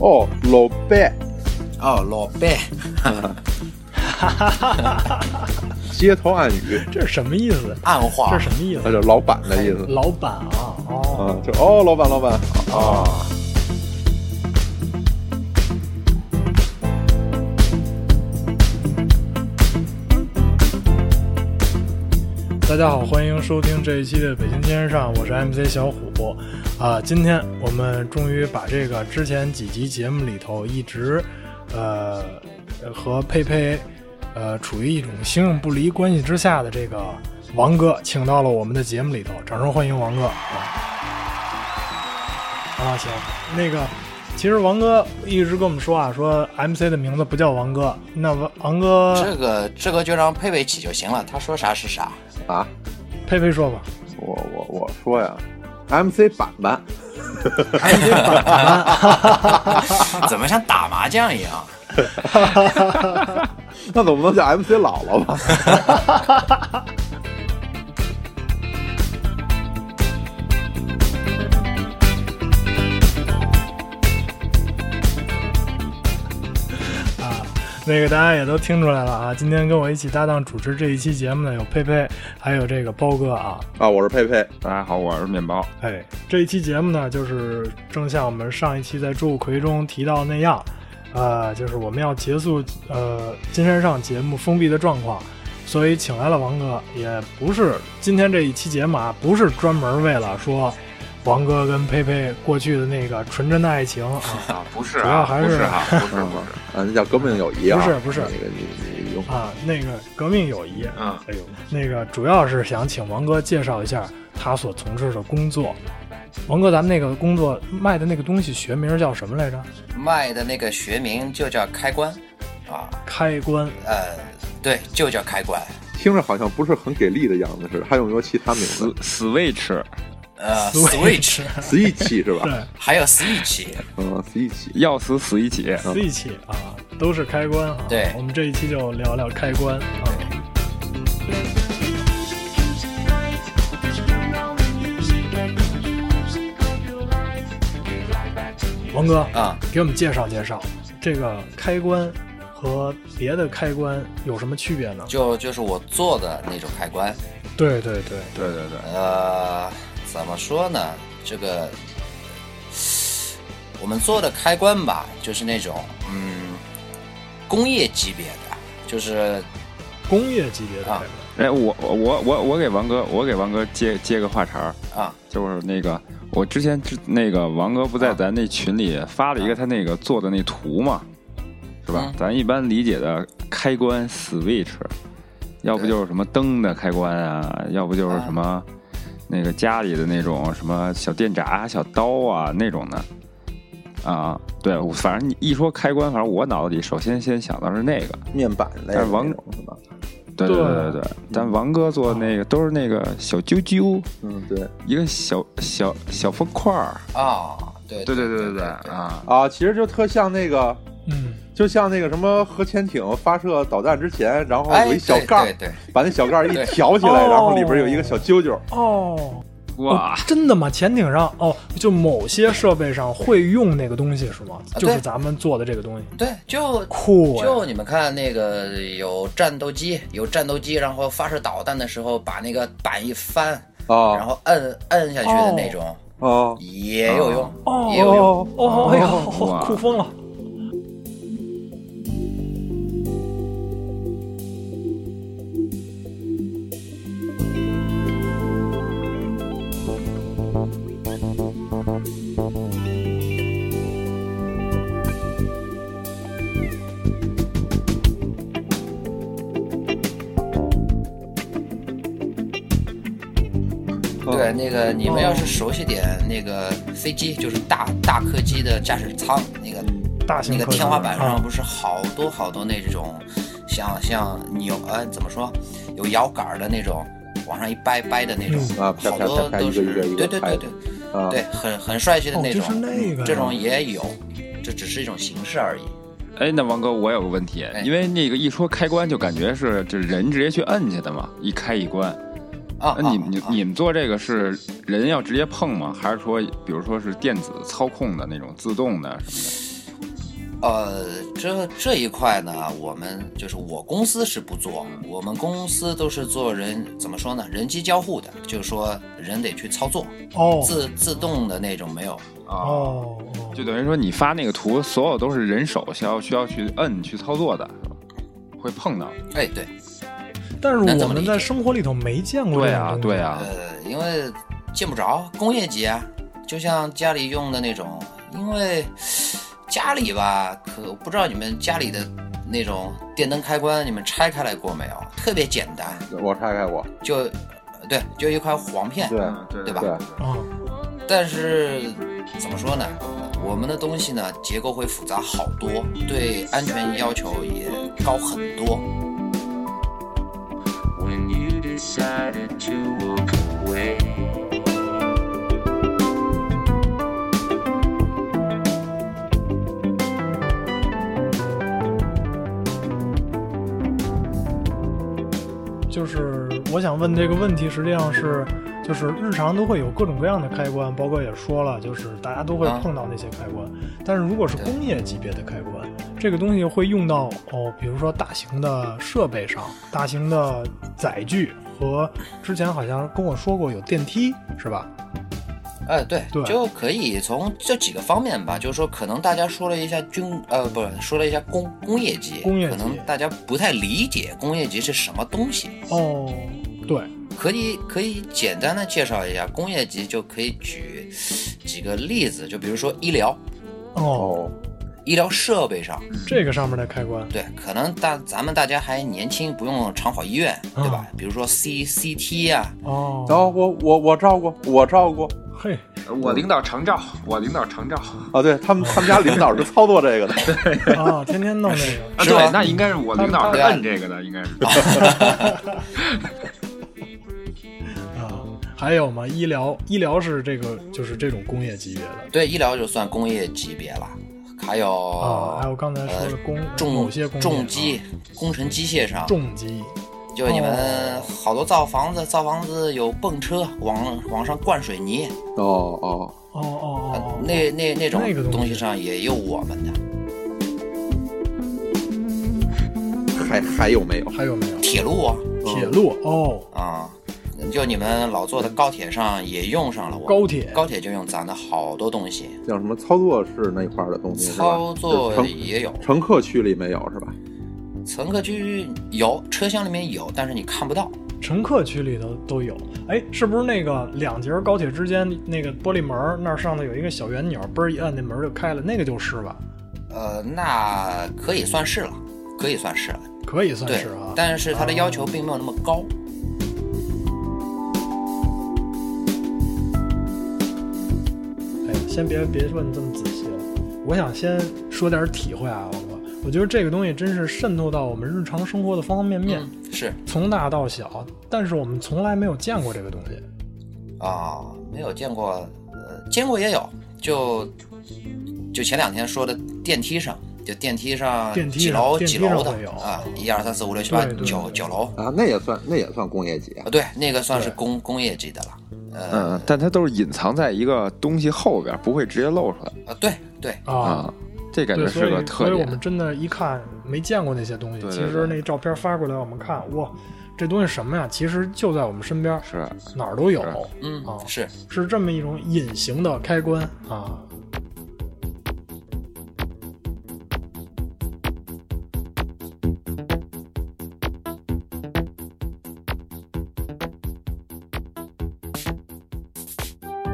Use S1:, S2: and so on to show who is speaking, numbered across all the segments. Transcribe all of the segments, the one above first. S1: 哦，老白，
S2: 哦，老白，
S3: 哈哈哈哈哈！
S1: 街头暗语，
S3: 这是什么意思？
S2: 暗话
S3: 这是什么意
S1: 那
S3: 思？
S1: 就老板的意思。
S3: 老板啊，哦，
S1: 啊，就哦，老板，老板，
S2: 哦，
S3: 大家好，欢迎收听这一期的《北京电视上》，我是 MC 小虎。啊，今天我们终于把这个之前几集节目里头一直，呃，和佩佩，呃，处于一种形影不离关系之下的这个王哥，请到了我们的节目里头，掌声欢迎王哥。啊，啊行，那个。其实王哥一直跟我们说啊，说 MC 的名字不叫王哥，那王王哥
S2: 这个这个就让佩佩起就行了，他说啥是 啥。
S1: 啊，
S3: 佩佩说吧，
S1: 我我我说呀，MC 板板，
S2: 怎么像打麻将一样？
S1: 那总不能叫 MC 姥姥吧？
S3: 那个大家也都听出来了啊，今天跟我一起搭档主持这一期节目的有佩佩，还有这个包哥啊。
S1: 啊，我是佩佩，
S4: 大家好，我是面包。
S3: 哎，这一期节目呢，就是正像我们上一期在《祝葵》中提到那样，呃，就是我们要结束呃金山上节目封闭的状况，所以请来了王哥，也不是今天这一期节目啊，不是专门为了说王哥跟佩佩过去的那个纯真的爱情啊，
S4: 啊，不是
S3: 主要
S4: 啊，
S3: 还是
S4: 不是 啊，不是不是，
S1: 啊，那叫革命友谊啊，
S3: 不是不是
S1: 那个你你用
S3: 啊，那个革命友谊，
S4: 嗯，
S2: 啊
S3: 哎呦，那个主要是想请王哥介绍一下他所从事的工作。王哥，咱们那个工作卖的那个东西学名叫什么来着？
S2: 卖的那个学名就叫开关，啊，
S3: 开关
S2: 呃，对，就叫开关，
S1: 听着好像不是很给力的样子似的，还有没有其他名字
S4: Switch
S2: 呃，switch，
S1: ？Switch 是吧？
S3: 对
S2: 还有 switch，
S1: 嗯，Switch
S4: 要死死一起。嗯
S3: ，C 期啊，都是开关啊。
S2: 对
S3: 我们这一期就聊聊开关啊。王哥，
S2: 啊、
S3: 给我们介绍介绍这个开关和别的开关有什么区别呢？
S2: 就就是我做的那种开关，
S3: 对对对，
S4: 对对对，
S2: 呃，怎么说呢？这个我们做的开关吧，就是那种嗯，工业级别的，就是
S3: 工业级别的开关。
S2: 啊
S4: 哎，我我我我我给王哥，我给王哥接接个话茬儿，
S2: 啊，
S4: 就是那个我之前之那个王哥不在咱那群里发了一个他那个做的那图嘛，是吧
S2: 嗯？
S4: 咱一般理解的开关 Switch，要不
S2: 对
S4: 就是什么灯的开关啊，要不就是什么那个家里的那种什么小电闸、小刀啊那种的。啊，对，我反正你一说开关，反正我脑子里首先先想到是那个，
S1: 面板类的
S4: 但是王
S1: 那种是吧？
S4: 对
S3: 对
S4: 对对对，咱王哥做的那个都是那个小啾啾，
S1: 嗯，对
S4: 一个小小小方块儿。
S2: 啊，对
S4: 对对对
S2: 对
S4: 对对啊！
S1: 啊，其实就特像那个，
S3: 嗯，
S1: 就像那个什么核潜艇发射导弹之前，然后
S2: 哎，
S1: 有一小盖儿，
S2: 对对对，
S1: 把那小盖儿一
S2: 对
S1: 挑起来，
S3: 哦
S1: 然后里边有一个小啾啾。
S3: 哦，哦，
S4: 哇
S3: 真的吗？潜艇上哦，就某些设备上会用那个东西是吗？
S2: 啊
S3: 就是
S2: 对
S3: 咱们做的这个东西，
S2: 对，就
S3: 酷哎！
S2: 就你们看那个有战斗机，有战斗机，然后发射导弹的时候，把那个板一翻，然
S1: 啊
S2: 后摁摁下去的那种，
S1: 啊！
S2: 也有用，
S3: 哦
S2: 也有用。
S3: 哦哦，哎呦，
S4: 哇
S3: 酷疯了！嗯
S2: 对，那个你们要是熟悉点，那个飞机就是大大客机的驾驶舱，那个
S3: 大型
S2: 那个
S3: 客
S2: 天花板上
S3: 啊
S2: 不是好多好多那种，像像扭呃怎么说，有摇杆儿的那种，往上一掰掰的那种，
S1: 嗯啊啪
S2: 好
S1: 啪
S2: 多
S1: 啪啪
S2: 都
S1: 一个
S2: 是
S1: 一个一个
S2: 对对
S1: 拍
S2: 对
S1: 的
S2: 对
S1: 啊，
S2: 对，很很帅气的
S3: 哦
S2: 那
S3: 就
S2: 种，
S3: 是那个
S2: 这种也有，这只是一种形式而已。
S4: 哎，那王哥，我有个问题，因为那个一说开关就感觉是这人直接去摁去的嘛，一开一关。
S2: 啊，
S4: 那你
S2: 啊
S4: 们你
S2: 啊
S4: 你们做这个是人要直接碰吗？还是说，比如说是电子操控的那种自动的什么
S2: 呃，这这一块呢，我们就是我公司是不做，我们公司都是做人怎么说呢？人机交互的，就是说人得去操作，
S3: 哦
S2: 自自动的那种没有。
S4: 啊，
S3: 哦哦，
S4: 就等于说你发那个图，所有都是人手需要需要去摁去操作的，会碰到。
S2: 哎，对，
S3: 但是
S2: 那
S3: 我
S2: 怎么
S3: 们
S2: 理
S3: 在
S2: 解
S3: 生活里头没见过
S4: 对
S3: 这种
S4: 啊，
S3: 东西
S4: 对，啊，
S2: 呃，因为见不着工业级啊，就像家里用的那种，因为家里吧，可我不知道你们家里的那种电灯开关，你们拆开来过没有？特别简单，
S1: 我拆开过，
S2: 就对，就一块黄片，
S1: 对
S4: 嗯对
S2: 对吧
S1: 对
S3: 啊
S2: 但是怎么说呢？我们的东西呢，结构会复杂好多，对安全要求也高很多。
S5: when you decided to walk away.
S3: 就是我想问这个问题，实际上是就是日常都会有各种各样的开关，包括也说了，就是大家都会
S2: 啊
S3: 碰到那些开关。但是如果是
S2: 对
S3: 工业级别的开关，这个东西会用到哦，比如说大型的设备上、大型的载具和之前好像跟我说过有电梯是吧？
S2: 哎，对，
S3: 对
S2: 就可以从这几个方面吧，就是说，可能大家说了一下军，呃，不是说了一下工工业级，
S3: 工业级
S2: 可能大家不太理解工业级是什么东西，
S3: 哦，对，
S2: 可以可以简单的介绍一下工业级，就可以举几个例子，就比如说医疗，
S3: 哦，
S1: 哦，
S2: 医疗设备上，
S3: 这个上面的开关，
S2: 对，可能大咱们大家还年轻，不用常跑医院，对吧？
S3: 嗯
S2: 比如说 C C T 啊，
S3: 哦，
S1: 然后我我我照顾我照顾
S3: 嘿，
S4: 我领导常照，我领导常照。
S1: 啊，对他们他们家领导是操作这个的，
S3: 啊，天天弄这个。
S4: 啊，
S2: 是吧
S4: 对，那应该是我领导是
S2: 对啊
S4: 摁这个的，应该是。
S3: 啊，还有吗？医疗，医疗是这个，就是这种工业级别的
S2: 对，医疗就算工业级别了，还有、
S3: 啊。还有刚才说的工
S2: 哦呃重
S3: 某些工业啊
S2: 重机、工程机械上，
S3: 重哦机
S2: 就你们好多造房子，造房子有泵车往往上灌水泥，
S1: 哦哦，
S3: 哦哦哦，哦
S2: 那那那种
S3: 那个东西
S2: 东西上也有我们的。
S1: 还还有没有？
S3: 还有没有？
S2: 铁路啊
S3: 铁路哦，
S2: 啊，就你们老坐的高铁上也用上了我们
S3: 高铁
S2: 高铁就用咱的好多东西，
S1: 叫什么操作室那一块儿的东西是吧？
S2: 操作
S1: 就是乘
S2: 也有，
S1: 乘客区里没有是吧？
S2: 乘客区有，车厢里面有，但是你看不到。
S3: 乘客区里头都有。哎，是不是那个两节高铁之间那个玻璃门儿那儿上头有一个小圆钮，嘣儿一按那门儿就开了，那个就是吧？
S2: 呃，那可以算是了，可以算是了，
S3: 可以算
S2: 对
S3: 是啊。
S2: 但是它的要求并没有那么高。
S3: 哎，先别别问这么仔细了，我想先说点体会啊，我我觉得这个东西真是渗透到我们日常生活的方方面面。
S2: 嗯，是
S3: 从大到小，但是我们从来没有见过这个东西。
S2: 啊、没有见过，呃，见过也有，就就前两天说的电梯上，就电梯上
S3: 电梯
S2: 几
S3: 上
S2: 楼
S3: 电
S2: 几
S3: 梯上
S2: 楼的
S3: 会有
S2: 啊，一二三四五六七八
S3: 对对
S2: 九
S3: 对
S2: 九楼啊，
S1: 啊，那也算那也算工业级啊。
S2: 对，那个算是
S3: 对
S2: 工工业级的了，呃
S4: 嗯，但它都是隐藏在一个东西后边，不会直接露出来
S2: 啊，对对，
S3: 啊，
S4: 啊。这感
S3: 对，
S4: 觉
S3: 所
S4: 是个
S3: 以
S4: 特
S3: 所以我
S4: 点
S3: 们。真的一看没见过那些东西。
S4: 对对
S3: 其实
S4: 对
S3: 那照片发过来，我们看，哇，这东西什么呀？其实就在我们身边，
S4: 是，
S3: 哪儿都有，
S2: 嗯
S3: 哦
S2: 是
S3: 是这么一种隐形的开关啊。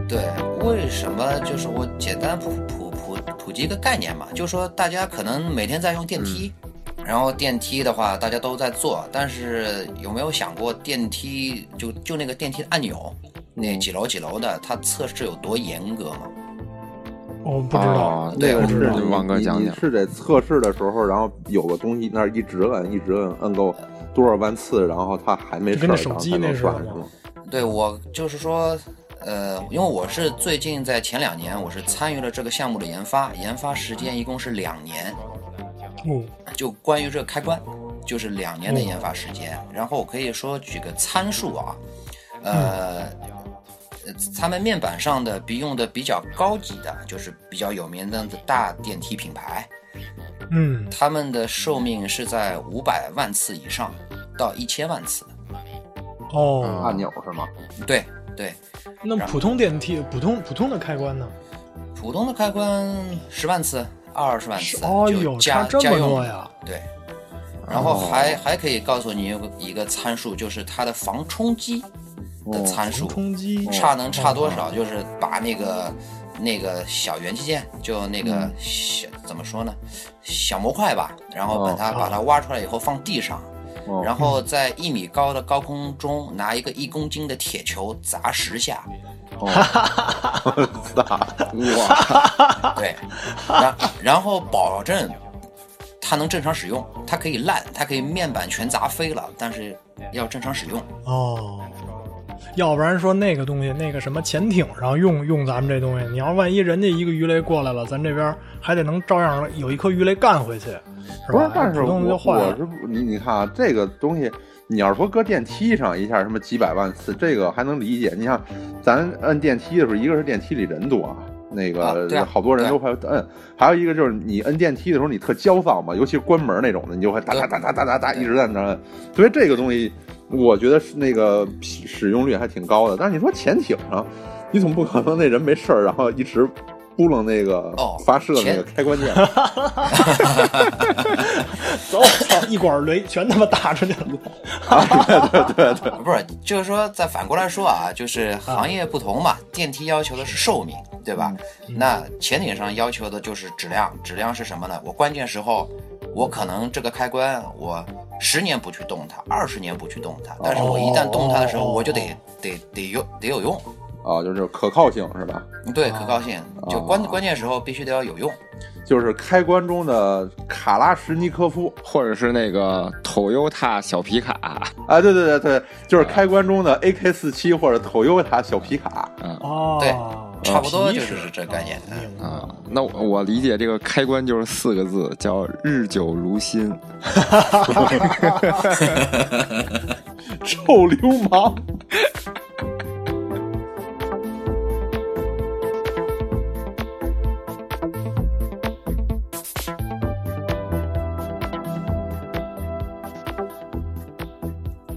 S2: 对，为什么就是我简单普普普普及一个概念嘛，就说大家可能每天在用电梯，然后电梯的话大家都在坐，但是有没有想过电梯就就那个电梯按钮，那几楼几楼的，它测试有多严格吗？
S3: 我不知道
S4: 哦，
S2: 对
S1: 那
S3: 我
S1: 个
S3: 知
S1: 是
S3: 道
S1: 你
S4: 王哥讲
S1: 你
S4: 讲
S1: 是得测试的时候，然后有个东西那儿一直摁，一直摁，摁够多少万次，然后它还没
S3: 就
S1: 事儿，
S3: 跟那
S1: 然
S3: 手
S1: 后
S3: 机
S1: 才能
S3: 那似的
S1: 算
S3: 吗
S1: 是吗？
S2: 对我就是说，呃，因为我是最近在前两年，我是参与了这个项目的研发，研发时间一共是两年，
S3: 哦，
S2: 就关于这个开关，就是两年的研发时间。然后我可以说举个参数啊，呃，
S3: 嗯
S2: 呃他们面板上的比用的比较高级的，就是比较有名的大电梯品牌，
S3: 嗯
S2: 他们的寿命是在五百万次以上到一千万次。
S3: 哦，
S1: 按钮是吗？
S2: 对对，
S3: 那普通电梯，普通普通的开关呢？
S2: 普通的开关十万次、二十万
S3: 是
S2: 次，
S3: 哦
S2: 就
S3: 呦，
S2: 家
S3: 差这
S2: 家
S3: 么
S2: 用
S3: 多呀！
S2: 对，然后还、还可以告诉你有个一个参数，就是它的防冲击的参数，
S3: 哦冲击
S2: 差能差
S3: 啊
S2: 多
S1: 哦
S2: 少？就是把那个那个小元器件，就那
S1: 嗯
S2: 个小、怎么说呢，小模块吧，然后把它、
S3: 哦
S2: 把它挖出来以后放地上，
S1: 哦
S2: 然后在一米高的高空中拿一个一公斤的铁球砸十下，
S1: 哦 哇，
S2: 对，然然后保证它能正常使用，它可以烂，它可以面板全砸飞了，但是要正常使用。
S3: 哦。要不然说那个东西，那个什么潜艇上用用咱们这东西，你要万一人家一个鱼雷过来了，咱这边还得能照样有一颗鱼雷干回去，是
S1: 不是
S3: 吧？，
S1: 但是
S3: 普
S1: 我
S3: 通的就坏
S1: 我
S3: 了
S1: 是。不你你看啊，这个东西，你要是说搁电梯上一下什么几百万次，这个还能理解。你像咱摁电梯的时候，一个是电梯里人多啊，那
S2: 啊
S1: 个、
S2: 对啊
S1: 好多人
S2: 对
S1: 都还摁，还有一个就是你摁电梯的时候，你特焦躁嘛，尤其是关门那种的，你就会哒哒哒哒哒哒哒
S2: 对
S1: 一直在那摁。所以这个东西，我觉得是那个使使用率还挺高的。但是你说潜艇上，你总不可能那人没事儿，然后一直。扑棱那个
S2: 哦
S1: 发射那个
S2: 潜
S1: 开关 键，
S3: 走，操 一管雷全他妈打出去了。
S2: 不是，就是说，再反过来说啊，就是
S3: 嗯
S2: 行业不同嘛，电梯要求的是寿命，对吧？
S3: 嗯
S2: 那潜艇上要求的就是质量，质量是什么呢？我关键时候，我可能这个开关我十年不去动它，二十年不去动它，但是我一旦动它的时候，
S3: 哦
S2: 我就得得得有得有用，
S1: 啊，就是可靠性是吧？
S2: 对，可靠性就关
S1: 哦
S2: 关键时候必须得要有用。
S3: 哦
S1: 就是开关中的卡拉什尼科夫
S4: 或者是那个 Toyota 小皮卡，
S1: 啊，对对对对，就是开关中的 AK 四七或者 Toyota 小皮卡。
S3: 哦，
S2: 对差不多
S3: 皮
S2: 就
S3: 实
S2: 是这概念
S3: 哦明白
S4: 啊，那我我理解这个开关就是四个字，叫日久如新。
S3: 哦
S1: 臭流氓！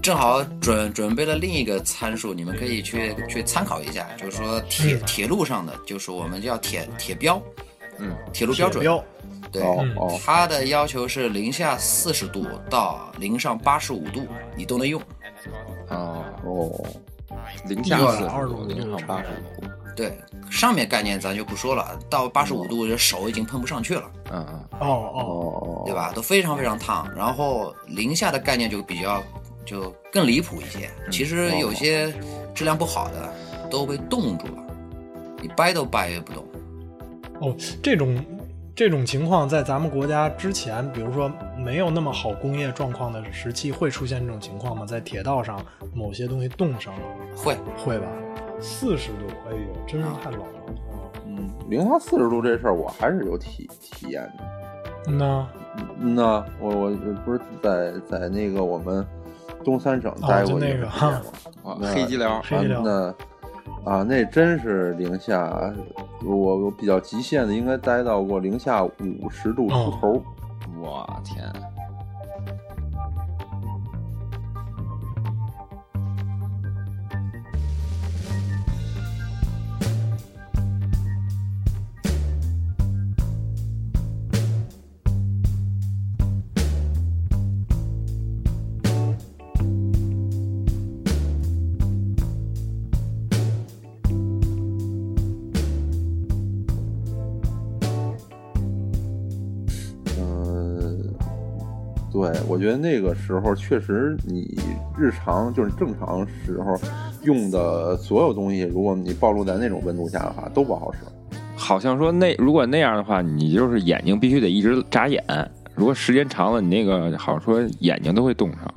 S2: 正好准准备了另一个参数，你们可以去去参考一下，就是说铁铁路上的，就是我们叫铁铁标，
S1: 嗯，
S2: 铁路标准，
S3: 标
S2: 对，
S1: 哦
S3: 嗯
S1: 哦
S2: 它的要求是零下四十度到零上八十五度，你都能用。
S4: 哦，
S1: 哦，
S4: 零下
S3: 一百
S4: 四
S3: 二
S4: 十
S3: 十
S4: 度，
S3: 五
S4: 零上
S3: 度
S4: 八十度。
S2: 对，上面概念咱就不说了，到八十五度这手已经碰不上去了，
S4: 嗯嗯，
S3: 哦哦，
S1: 哦
S2: 对？吧？都非常非常烫。然后零下的概念就比较就更离谱一些，其实有些质量不好的都被冻住了，你掰都掰不动。
S3: 哦，这种这种情况在咱们国家之前，比如说没有那么好工业状况的时期，会出现这种情况吗？在铁道上某些东西冻上了，
S2: 会，
S3: 会吧？四十度，哎呦，真是太冷了。
S2: 啊
S1: 嗯，零下四十度这事儿我还是有体体验的。
S3: 嗯呐，
S1: 嗯呐，我我不是在在那个我们东三省
S3: 哦
S1: 待
S3: 就
S1: 过一
S3: 那
S1: 段时
S3: 个哈
S1: 间嘛
S4: 嗯哇，
S1: 那
S4: 黑吉辽，
S3: 黑
S1: 啊
S3: 吉辽，
S1: 那啊，那真是零下，我我比较极限的应该待到过零下五十度出
S3: 哦
S1: 头。
S4: 我天，
S1: 嗯，对，我觉得那个时候确实，你日常就是正常时候用的所有东西，如果你暴露在那种温度下的话，都不好使。
S4: 好像说那如果那样的话，你就是眼睛必须得一直眨眼。如果时间长了，你那个好像说眼睛都会冻上。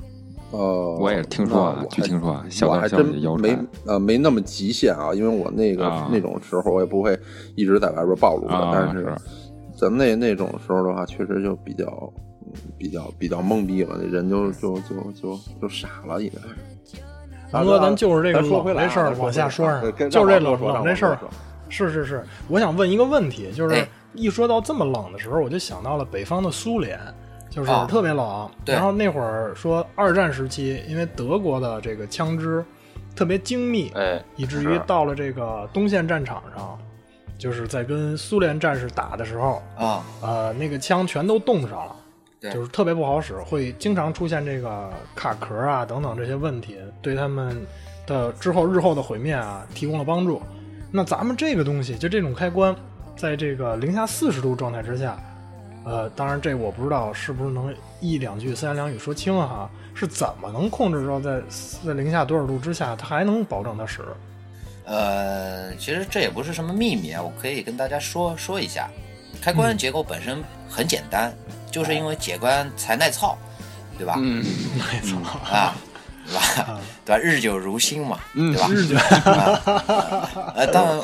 S1: 呃，
S4: 我也听说啊
S1: 那我还
S4: 据听说啊小
S1: 我
S4: 道
S1: 还
S4: 消
S1: 真
S4: 息谣传
S1: 没呃没那么极限啊，因为我那个、
S4: 啊
S1: 那种时候我也不会一直在外边暴露的，
S4: 啊
S1: 但
S4: 是
S1: 咱们那那种时候的话，确实就比较嗯比较比较懵逼了，那人就就就就就傻了，应该。
S3: 南哥，咱就是这个
S1: 咱说回
S3: 冷
S1: 来啊
S3: 这事儿
S1: 咱说
S3: 往下
S1: 回
S3: 说
S1: 来
S3: 上
S1: 对，跟
S3: 就是这
S1: 让我
S3: 冷
S1: 说让
S3: 冷这
S1: 我
S3: 事儿
S1: 说，
S3: 是是是。我想问一个问题，就是
S2: 哎
S3: 一说到这么冷的时候，我就想到了北方的苏联，就是
S2: 啊
S3: 特别冷。
S2: 对
S3: 然后那会儿说二战时期，因为德国的这个枪支特别精密，
S4: 哎，
S3: 以至于
S4: 是
S3: 到了这个东线战场上，就是在跟苏联战士打的时候，
S2: 啊，
S3: 呃，那个枪全都冻上了，
S2: 对
S3: 就是特别不好使，会经常出现这个卡壳啊等等这些问题，对他们的之后日后的毁灭啊提供了帮助。那咱们这个东西，就这种开关，在这个零下四十度状态之下，呃，当然这我不知道是不是能一两句三言两语说清哈，是怎么能控制到在在零下多少度之下，它还能保证它使？
S2: 呃，其实这也不是什么秘密啊，我可以跟大家说说一下。开关结构本身很简单，就是因为解关才耐操，对吧？
S4: 嗯
S3: 没错，
S2: 啊，对吧？对吧？日久如新嘛，
S4: 嗯
S2: 对吧？
S3: 日久
S2: 呃，但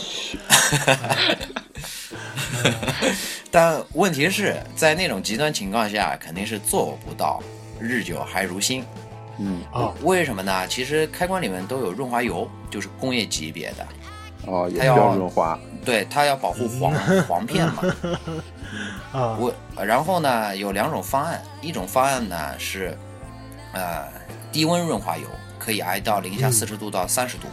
S2: 但问题是在那种极端情况下，肯定是做不到日久还如新。
S1: 嗯，
S3: 啊，
S2: 为什么呢？其实开关里面都有润滑油，就是工业级别的，
S1: 哦，也
S2: 它
S1: 需
S2: 要
S1: 要润滑，
S2: 对，它要保护黄黄片嘛。
S3: 啊
S2: 我然后呢有两种方案，一种方案呢是，呃，低温润滑油可以挨到零下
S3: 嗯
S2: 四十度到三十度，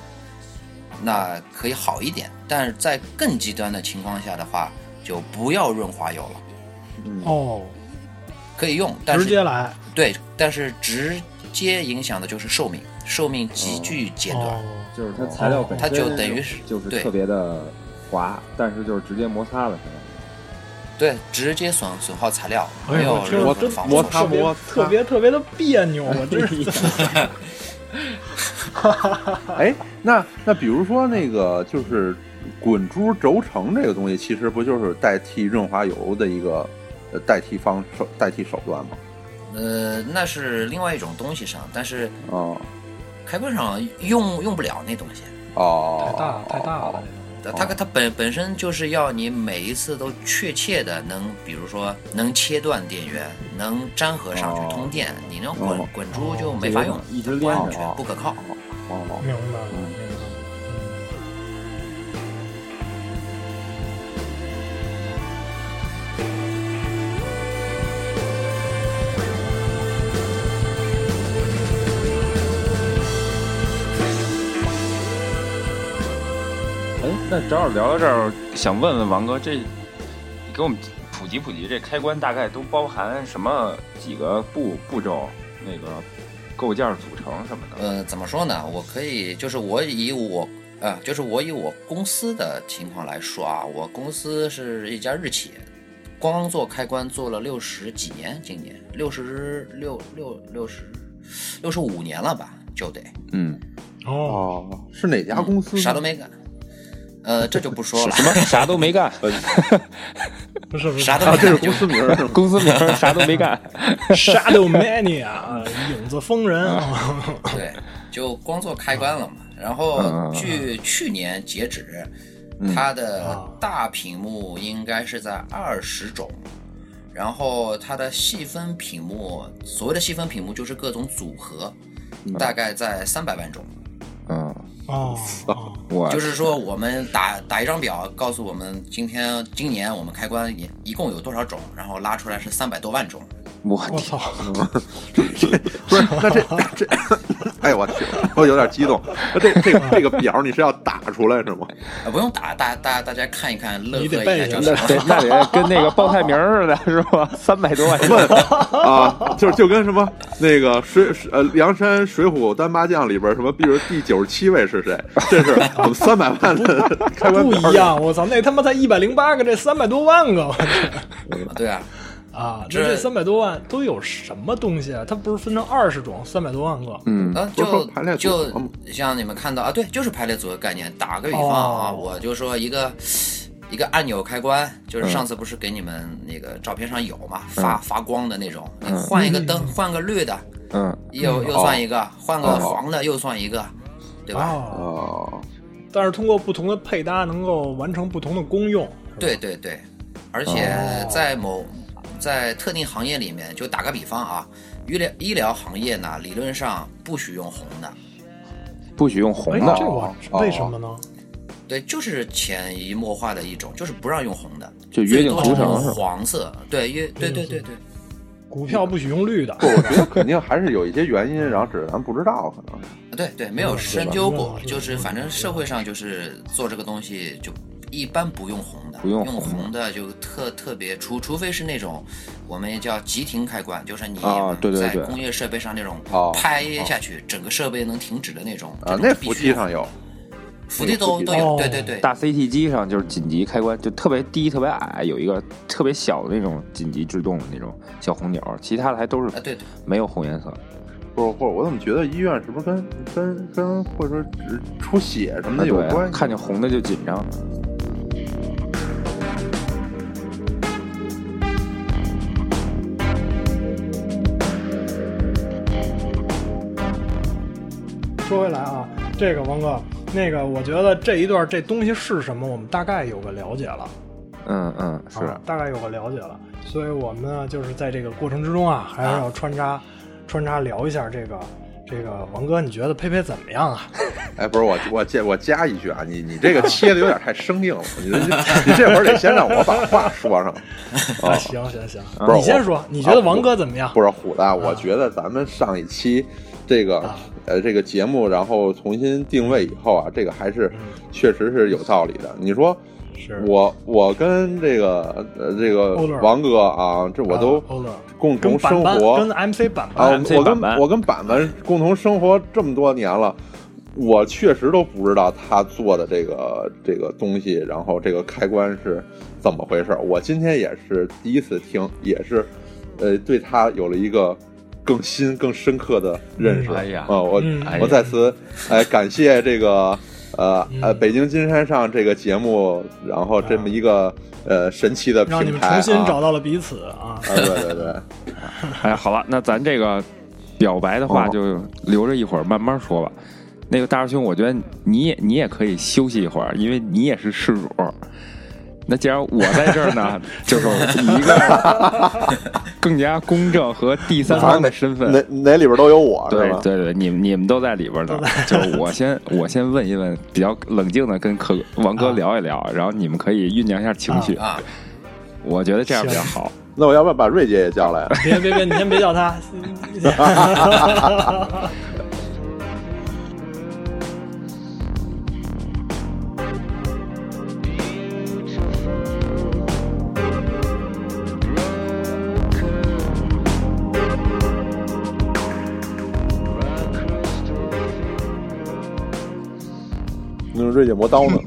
S2: 那可以好一点。但是在更极端的情况下的话，就不要润滑油了，
S1: 嗯，
S3: 哦，
S2: 可以用，但
S3: 直接
S2: 是
S3: 来
S2: 对，但是直接影响的就是寿命，寿命急剧减短。
S3: 哦，
S6: 就是它材料本身
S2: 它就等于是
S6: 就是
S2: 对
S6: 特别的滑，但是就是直接摩擦了，相当于
S2: 对，直接损损耗材料，
S3: 哎
S2: 没有
S3: 呦我
S2: 任
S3: 听
S2: 何
S3: 着
S1: 真
S2: 防
S1: 摩
S2: 护。
S1: 擦摩擦
S3: 特别特别的别扭，我真是
S1: 哎，那那比如说那个就是滚珠轴承这个东西，其实不就是代替润滑油的一个呃代替方手代替手段吗？
S2: 呃，那是另外一种东西上，但是
S1: 哦
S2: 开关上用用不了那东西。
S1: 哦
S3: 太，大太大了。
S2: 它它它本本身就是要你每一次都确切的能，比如说能切断电源，能粘合上去
S1: 哦
S2: 通电，你那滚
S1: 哦
S2: 滚珠就没法用，
S6: 一直
S2: 不
S6: 连
S2: 安
S6: 着。
S2: 全，不可靠。
S1: 哦，
S3: 明白了，
S1: 嗯
S3: 明白了。
S4: 哎，那正好聊到这儿，想问问王哥，这你给我们普及普及，这开关大概都包含什么几个步步骤？那个构件组成什么的？
S2: 呃，怎么说呢？我可以就是我以我啊、就是我以我公司的情况来说啊，我公司是一家日企，光做开关做了六十几年，今年六十六六六十六十五年了吧，就得。
S4: 嗯，
S3: 哦，
S1: 哦，是哪家公司呢？
S2: 啥都没干。呃，这就不说了
S4: 什，么啥都没干，
S3: 不是不是，
S2: 啥都
S1: 啊，
S2: 没
S1: 这是
S2: 干，
S1: 公司名儿是吗？
S4: 公司名儿啥都没干。
S3: Shadow Mania 啊影子疯人啊，
S2: 对，就光做开关了嘛。然
S4: 嗯嗯
S2: 后
S4: 嗯
S2: 据去年截止，它的
S3: 啊
S2: 大屏幕应该是在二十种，然后它的细分屏幕，所谓的细分屏幕就是各种组合，大概在三百万种。
S4: 嗯，
S3: 哦，哦
S4: 我
S2: 就是说，我们打打一张表，告诉我们今天今年我们开关也一共有多少种，然后拉出来是三百多万种。
S4: 我
S3: 我操，
S1: 不是，那这这， 哎我去，我有点激动。那这这这个表你是要打出来是吗？
S2: 呃，不用打，大大大家看一看，乐呵
S3: 你得
S2: 一
S3: 背
S2: 下
S3: 一
S2: 就
S3: 下
S2: 行
S4: 那
S2: 了。
S4: 得那得跟那个报菜名儿似的，是吧？三百多万人，
S1: 啊，就是就跟什么那个水呃梁山水浒单八将里边什么，比如第九十七位是 谁？这是我们三百万的开关
S3: 不
S1: 票
S3: 一。样，我操，那他妈才一百零八个，这三百多万个，我去
S2: 对啊，
S3: 啊，那
S2: 这
S3: 这三百多万都有什么东西啊？它不是分成二十种，三百多万个，
S4: 嗯，
S2: 呃，
S1: 不是说
S2: 就
S1: 排列组合吗
S2: 就像你们看到啊，对，就是排列组合概念。打个比方啊，
S3: 哦
S2: 我就说一个一个按钮开关，
S1: 嗯
S2: 就是上次不是给你们那个照片上有嘛，发发光的那种，
S1: 嗯
S2: 你换一个灯，换个绿的，
S4: 嗯，
S2: 又又算一个，换个黄的又算一个，对吧？
S3: 哦，
S1: 哦，
S3: 但是通过不同的配搭，能够完成不同的功用，
S2: 对对对，而且
S3: 哦
S2: 在某在特定行业里面，就打个比方啊，医疗医疗行业呢，理论上不许用红的。
S4: 不许用红
S3: 哎，
S4: 的，
S3: 这我
S1: 哦
S3: 为什么呢？
S2: 对，就是潜移默化的一种，就是不让用红的，
S6: 就约定俗
S2: 最多
S6: 成
S2: 是
S6: 是吧？
S2: 黄色，对，约对对对对，
S3: 股票不许用绿的，
S1: 不，我觉得肯定还是有一些原因，然后只是咱们不知道，可能。
S2: 对对，没有深究过
S3: 对，吧
S2: 就是反正社会上就是做这个东西就一般不用红的，
S6: 不用红的
S2: 红的就特特别，除除非是那种我们也叫急停开关，就是你
S6: 啊对对
S2: 在
S6: 对
S2: 工业设备上那种
S1: 哦
S2: 拍下去，整个设备能停止的那种
S1: 啊，
S2: 这
S1: 那
S2: 种必须
S1: 扶梯上有，
S2: 伏地都
S1: 扶梯
S2: 都有，
S3: 哦
S2: 对对对，
S4: 大 CT 机上就是紧急开关，就特别低、特别矮，有一个特别小的那种紧急制动的那种小红钮，其他的还都
S2: 啊
S4: 是
S2: 对对，
S4: 没有红颜色。
S1: 不是，或者我怎么觉得医院是不是跟跟跟或者说只出血什么
S4: 那
S1: 的有
S4: 对啊
S1: 关系？
S4: 看见红的就紧张。
S3: 说回来啊，这个王哥，那个我觉得这一段这东西是什么，我们大概有个了解了，
S4: 嗯嗯，是
S1: 哦
S3: 啊，大概有个了解了。所以我们呢，就是在这个过程之中啊，还是要穿插、穿插聊一下这个这个王哥，你觉得佩佩怎么样啊？
S1: 哎，不是我我加我加一句啊，你你这个切的有点太生硬了，你这你这会儿得先让我把话说上。
S3: 啊， 行行行，
S1: 哦是
S3: 你先
S1: 我
S3: 说，你觉得王哥怎么样？
S1: 不是虎子啊，我觉得咱们上一期这个、
S3: 啊
S1: 呃这个节目，然后重新定位以后啊，这个还是确实是有道理的。你说
S3: 嗯是
S1: 我我跟这个呃这个
S3: 欧乐
S1: 王哥啊，这我都
S3: 啊欧乐
S1: 共
S3: 跟
S1: 同
S3: 板
S1: 生
S3: 板
S1: 活
S3: 跟 MC 板
S1: 啊，
S3: 板、
S1: 我
S4: MC
S1: 我
S4: 板板
S1: 跟我跟板板共同生活这么多年了。我确实都不知道他做的这个这个东西，然后这个开关是怎么回事儿。我今天也是第一次听，也是，呃，对他有了一个更新、更深刻的认识。
S4: 嗯哎呀
S1: 啊，我、
S3: 嗯
S4: 哎呀
S1: 我在此哎感谢这个呃呃
S3: 嗯
S1: 北京金山上这个节目，然后这么一个呃神奇的平台
S3: 啊让你们重新
S1: 啊
S3: 找到了彼此啊。
S1: 啊，对对对。
S4: 哎，好了，那咱这个表白的话
S1: 哦
S4: 就留着一会儿慢慢说吧。那个大师兄，我觉得你也你也可以休息一会儿，因为你也是事主。那既然我在这儿 呢，就是以一个更加公正和第三方的身份
S1: 哪，哪里边都有我，
S4: 对
S1: 是吧？
S4: 对对，你们你们都在里边呢。就是我先我先问一问，比较冷静的跟可王哥
S3: 啊
S4: 聊一聊，然后你们可以酝酿一下情绪。
S2: 啊，
S4: 我觉得这样比较
S3: 行
S4: 好。
S1: 那我要不要把瑞姐也 叫来？
S3: 别别别，你先别 叫他。
S1: 那瑞姐磨刀 呢？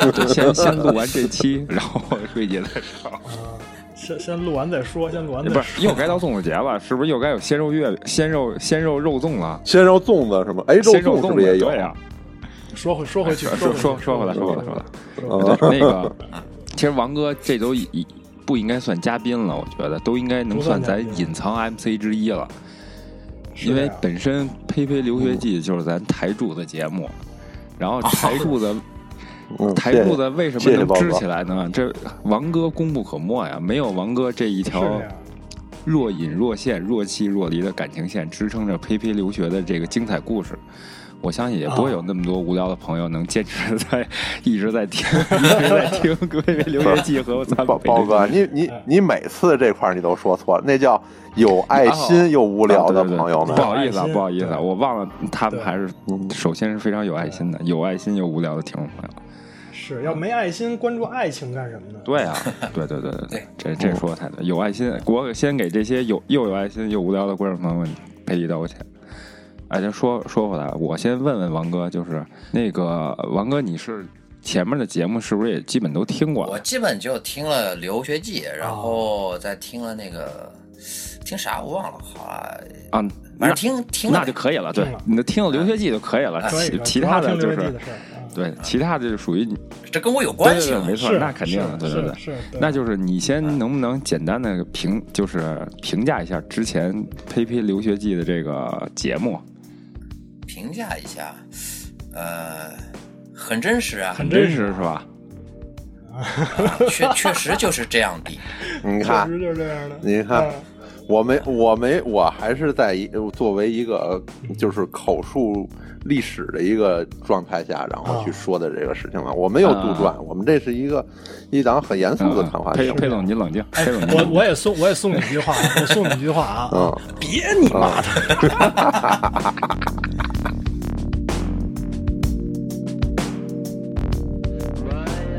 S4: 就先先录完这期，然后瑞姐再上。
S3: 先先录完再说，先录完再
S4: 不
S3: 说。
S4: 是又该到粽子节了，是不是又该有鲜肉月鲜肉鲜肉肉粽了？
S1: 鲜肉粽子是吗？哎，肉
S4: 鲜肉
S1: 粽是
S4: 粽
S1: 不是也有？
S4: 对呀、
S3: 说回说回去，
S4: 说
S3: 说
S4: 说说回来说回来说回来。
S3: 回
S1: 嗯
S4: 那个，其实王哥这都已不应该算嘉宾了，我觉得都应该能算咱
S3: 不算嘉宾
S4: 隐藏 MC 之一了，
S3: 是
S4: 因为
S3: 啊
S4: 本身《呸呸留学记》就是咱台柱的节目，然后台柱的。
S1: 嗯
S4: 台
S1: 啊谢谢
S4: 柱子为什
S1: 谢
S4: 么
S1: 谢
S4: 能
S1: 包
S4: 支
S1: 哥
S4: 起来呢？这王哥功不可没呀！没有王哥这一条
S3: 是这样
S4: 若隐若现、若即若离的感情线，支撑着呸呸留学的这个精彩故事。我相信也
S1: 啊
S4: 不会有那么多无聊的朋友能坚持在、一直在听、一直在听《呸呸留学记》和咱们
S1: 包
S4: 北京啊嗯
S1: 包哥，你你你每次这块儿你都说错了，那叫有爱
S4: 哦
S1: 心又无聊的
S4: 啊对对对
S1: 朋友们嗯
S4: 不。好意思啊，
S3: 有爱心
S4: 不好意思啊，
S3: 对
S4: 我忘了他们
S3: 对
S4: 还是首先是非常有爱心的，有爱心又无聊的听众朋友。
S3: 是要没爱心关注爱情干什么呢？
S4: 对啊，对对对对对，这这说的太对，有爱心，我先给这些有又有爱心又无聊的观众朋友们赔礼道个歉。哎，就说说回来，我先问问王哥，就是那个王哥，你是前面的节目是不是也基本都听过啊
S2: 我
S4: 了？
S2: 基本就听了《留学记》，
S4: 哦
S2: 然后再听了那个听啥我忘了，好像
S4: 啊，
S2: 反
S4: 那
S2: 正听听了
S4: 那就可以了，
S3: 听
S4: 对
S3: 了，啊
S4: 你就听了留学记就可以了，
S3: 可以
S4: 其
S3: 可以
S4: 其他
S3: 主要听
S4: 的就
S3: 刘文
S4: 是
S3: 帝的事儿啊
S4: 对，其他的就属于你
S2: 这跟我有
S4: 对
S2: 关
S4: 对
S2: 系
S4: 对，
S2: 吗？
S4: 没错，
S3: 啊是
S4: 那肯定的，对
S3: 是
S4: 对对。
S3: 是，是
S4: 那就是你先能不能简单的评，就是评价一下之前《呸呸留学记》的这个节目？
S2: 评价一下，呃，很真实啊，
S3: 很
S4: 真
S3: 真
S4: 实是吧？
S2: 确确实就是这样的。
S1: 你
S3: 确
S1: 看，
S3: 实就是这样的。
S1: 你看
S3: 嗯
S1: 我没，我没，我还是在一作为一个就是口述历史的一个状态下，然后去说的这个事情
S4: 啊
S1: 了。我没有杜撰，我们这是一个一档很严肃的谈话
S4: 嗯佩
S1: 节目。
S4: 佩总，你冷静，佩总，你
S3: 哎嗯我
S4: 冷静
S3: 我也送我也送你一句话，我送你一句话啊，
S1: 嗯，
S3: 别你妈的！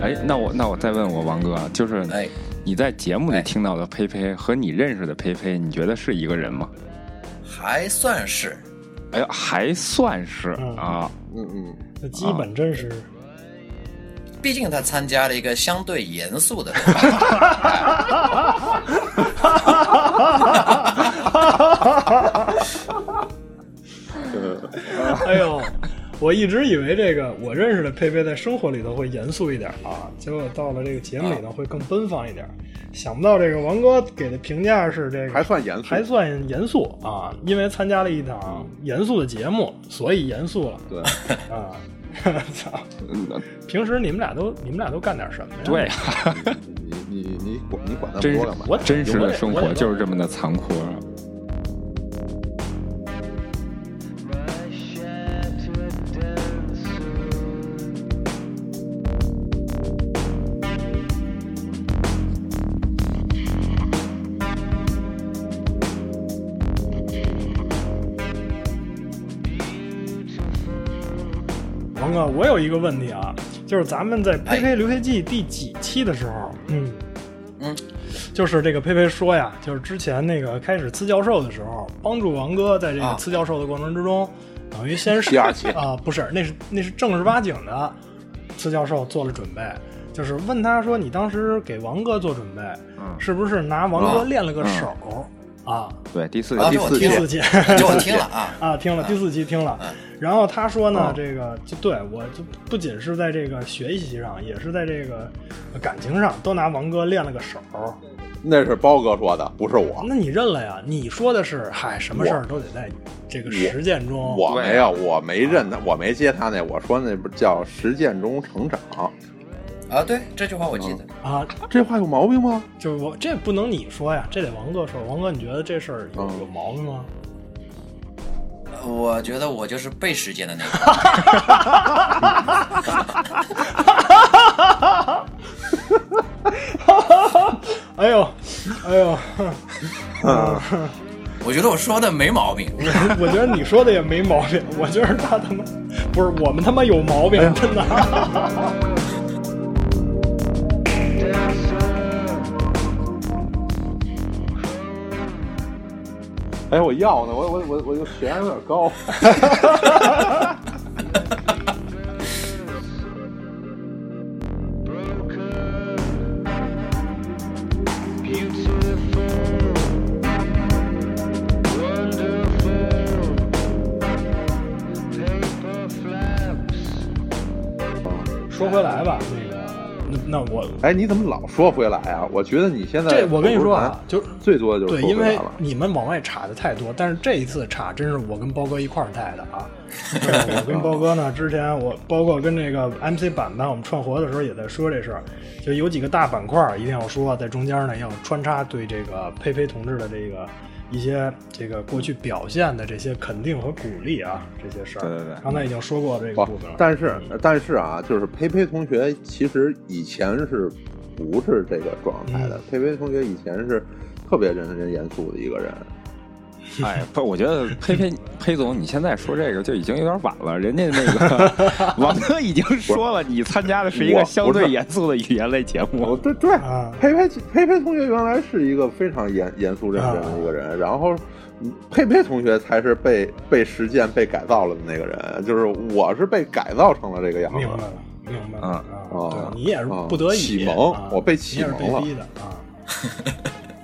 S4: 哎，那我那我再问我王哥，就是
S2: 哎，
S4: 你在节目里
S2: 哎
S4: 听到的佩佩和你认识的佩佩，你觉得是一个人吗？
S2: 还算是
S4: 哎呀，还算是
S3: 嗯
S4: 啊，
S1: 嗯嗯，
S3: 那基本真是
S2: 毕竟他参加了一个相对严肃 的，啊
S1: 嗯
S3: 哎呦，我一直以为这个我认识的佩佩在生活里头会严肃一点啊，结果到了这个节目
S4: 啊
S3: 里头会更奔放一点。想不到这个王哥给的评价是这个
S1: 呃还算严肃，
S3: 还算严肃啊，嗯因为参加了一档严肃的节目，所以严肃了
S1: 对，
S3: 啊。 操！
S4: 嗯
S3: 平时你们俩都你们俩都干点什么呀？
S4: 对，
S1: 你你你管你管那
S4: 真
S1: 么
S4: 是
S1: 多干嘛？
S3: 我
S4: 真实
S3: 我
S4: 的
S3: 得
S4: 生
S3: 我
S4: 活
S3: 得
S4: 就是这么的残酷。啊
S3: 王哥，我有一个问题啊，就是咱们在《佩
S1: 哎
S3: 佩留学记》第几期的时候，嗯
S2: 嗯，
S3: 就是这个佩佩说呀，就是之前那个开始呲教授的时候，帮助王哥在这个
S2: 啊
S3: 呲教授的过程之中，等于先是
S1: 第二期
S3: 啊，不是，那是那是正儿八经的呲教授做了准备，就是问他说你当时给王哥做准备，是不是拿王哥
S1: 嗯啊
S3: 练了个手、啊？
S4: 对，第四
S2: 啊
S4: 第
S2: 这我
S4: 四
S3: 第
S2: 听
S4: 季
S2: 了
S3: 四季。
S2: 这我听了啊，
S3: 啊，听了第四期听了，然后他说呢，这个就对我就不仅是在这个学习上，也是在这个感情上，都拿王哥练了个手。
S1: 那是包哥说的，不是我，
S3: 那你认了呀？你说的是，嗨，什么事儿都得在这个实践中。
S1: 我
S4: 对啊
S1: 没有，我没认他，我没接他那，我说那不叫实践中成长，
S2: 啊，对，这句话我记得，
S3: 啊，
S1: 这话有毛病吗？
S3: 就是我这不能你说呀，这得王哥说。王哥，你觉得这事儿有有毛病吗？
S4: 嗯
S2: 呃我觉得我就是被时间的那个，
S3: 哎呦，哎呦，
S2: 我觉得我说的没毛 病，
S3: 我觉得你说的也没毛病，我觉得他他妈不是我们他妈有毛病，真的。
S1: 哎，我要呢，我我我我就血压有点高。
S3: 说回来吧，那个，那那我
S1: 哎，你怎么老说回来啊？我觉得你现在
S3: 这我跟你说啊，就是
S1: 最多的就是
S3: 对，
S1: 说
S3: 因
S1: 回来
S3: 为
S1: 了。
S3: 你们往外查的太多，但是这一次查真是我跟包哥一块儿带的 啊。这个我跟包哥呢，之前我包括跟这个 MC 板板，我们串活的时候也在说这事儿，就有几个大板块儿一定要说，在中间呢要穿插对这个佩佩同志的这个一些这个过去表现的这些肯定和鼓励啊，这些事儿。
S4: 对对对
S3: 刚才已经说过这个
S1: 不
S3: 部分了，，
S1: 哦但是但是啊，就是培培同学其实以前是不是这个状态
S3: 嗯
S1: 的？培培同学以前是特别认真严肃的一个人。
S4: 哎，不，我觉得佩佩佩总，你现在说这个就已经有点晚了。人家那个王哥已经说了，你参加的是一个
S1: 我
S4: 相
S1: 不是
S4: 对严肃的语言类节目
S1: 哦，。对对
S3: 啊，
S1: 培培培培同学原来是一个非常严严肃认
S3: 啊
S1: 真的一个人，然后嗯佩佩同学才是被被实践被改造了的那个人，就是我是被改造成了这个样
S3: 明白
S1: 子。
S3: 了，明白了
S4: 啊
S1: 啊
S3: 对你也是不得已
S1: 启蒙
S3: 啊
S1: 我被启蒙了
S3: 你也是被逼的啊。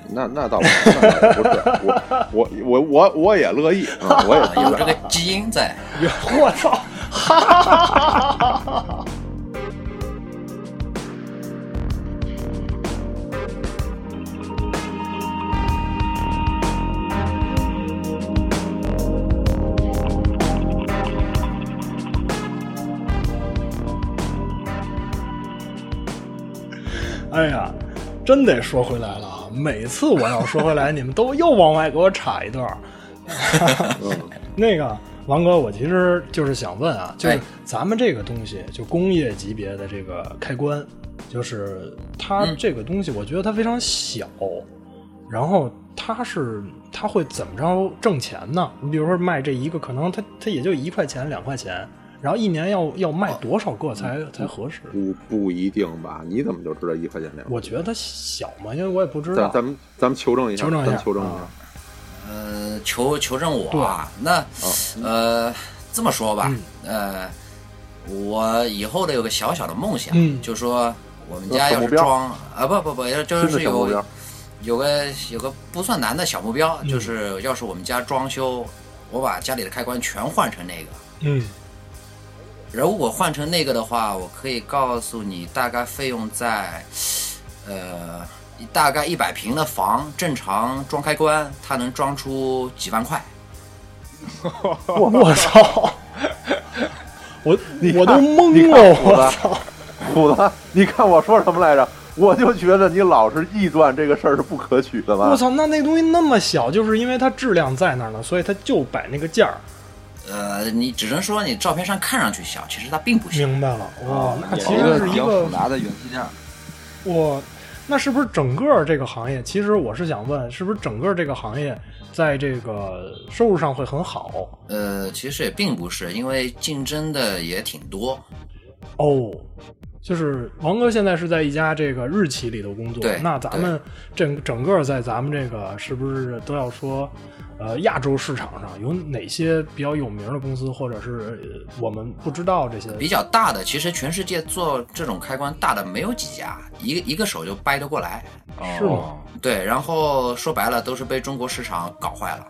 S1: 那那倒不是，那倒不是我我我我我也乐意，嗯、我也
S2: 有
S1: 乐
S2: 这
S1: 意。
S2: 个基因在，
S3: 我操！ 哎呀，真得说回来了啊，啊，每次我要说回来，你们都又往外给我插一段儿。 那个王哥，我其实就是想问啊，就是
S2: 哎
S3: 咱们这个东西，就工业级别的这个开关，啊就是它
S2: 嗯
S3: 这个东西，我觉得它非常小，然后它是它会怎么着挣钱呢？你比如说卖这一个，可能它它也就一块钱两块钱，然后一年要要卖多少个才才合适？
S1: 不不一定吧？你怎么就知道一块钱两？
S3: 我觉得它小嘛，因为我也不知
S1: 咱
S3: 道。
S1: 咱们咱们求证一下，
S3: 求证一
S1: 咱
S3: 下，
S1: 们求证一下
S3: 啊。
S2: 呃，求求证我啊，那、呃，这么说吧，呃，我以后的有个小小的梦想，
S3: 嗯
S2: 就说我们
S1: 有
S2: 家
S1: 小
S2: 要
S1: 目
S2: 是
S1: 标
S2: 装啊，不不不，就
S1: 真的
S2: 是
S1: 小目
S2: 有
S1: 标，
S2: 有个有个不算难的小目标，就是要是我们家装修，我把家里的开关全换成那个。
S3: 嗯，
S2: 如果换成那个的话，我可以告诉你大概费用在，呃，大概一百平的房，正常装开关，它能装出几万块。
S3: 我我操！我
S1: 你看
S3: 我都
S1: 你看
S3: 懵了，
S1: 我
S3: 我
S1: 吧
S3: 操！
S1: 虎子，你看我说什么来着？我就觉得你老是臆断这个事儿是不可取的吧
S3: 我？操，那那东西那么小，就是因为它质量在那儿呢，所以它就摆那个价儿。
S2: 呃，你只能说你照片上看上去小，其实它并不小。
S3: 明白了，哇，那
S6: 也
S3: 其
S6: 是
S3: 实
S6: 个
S3: 是
S6: 比
S3: 一
S6: 较
S3: 个
S6: 复杂的元器件儿。
S3: 哇，那是不是整个这个行业？其实我是想问，是不是整个这个行业在这个收入上会很好？
S2: 呃，其实也并不是，因为竞争的也挺多。
S3: 哦，就是王哥现在是在一家这个日企里头工作
S2: 对，
S3: 那咱们整整个在咱们这个是不是都要说，呃，亚洲市场上有哪些比较有名的公司，或者是呃我们不知道这些？
S2: 比较大的，其实全世界做这种开关大的没有几家，一个一个手就掰得过来。
S3: 是吗
S4: 哦？
S2: 对，然后说白了都是被中国市场搞坏了，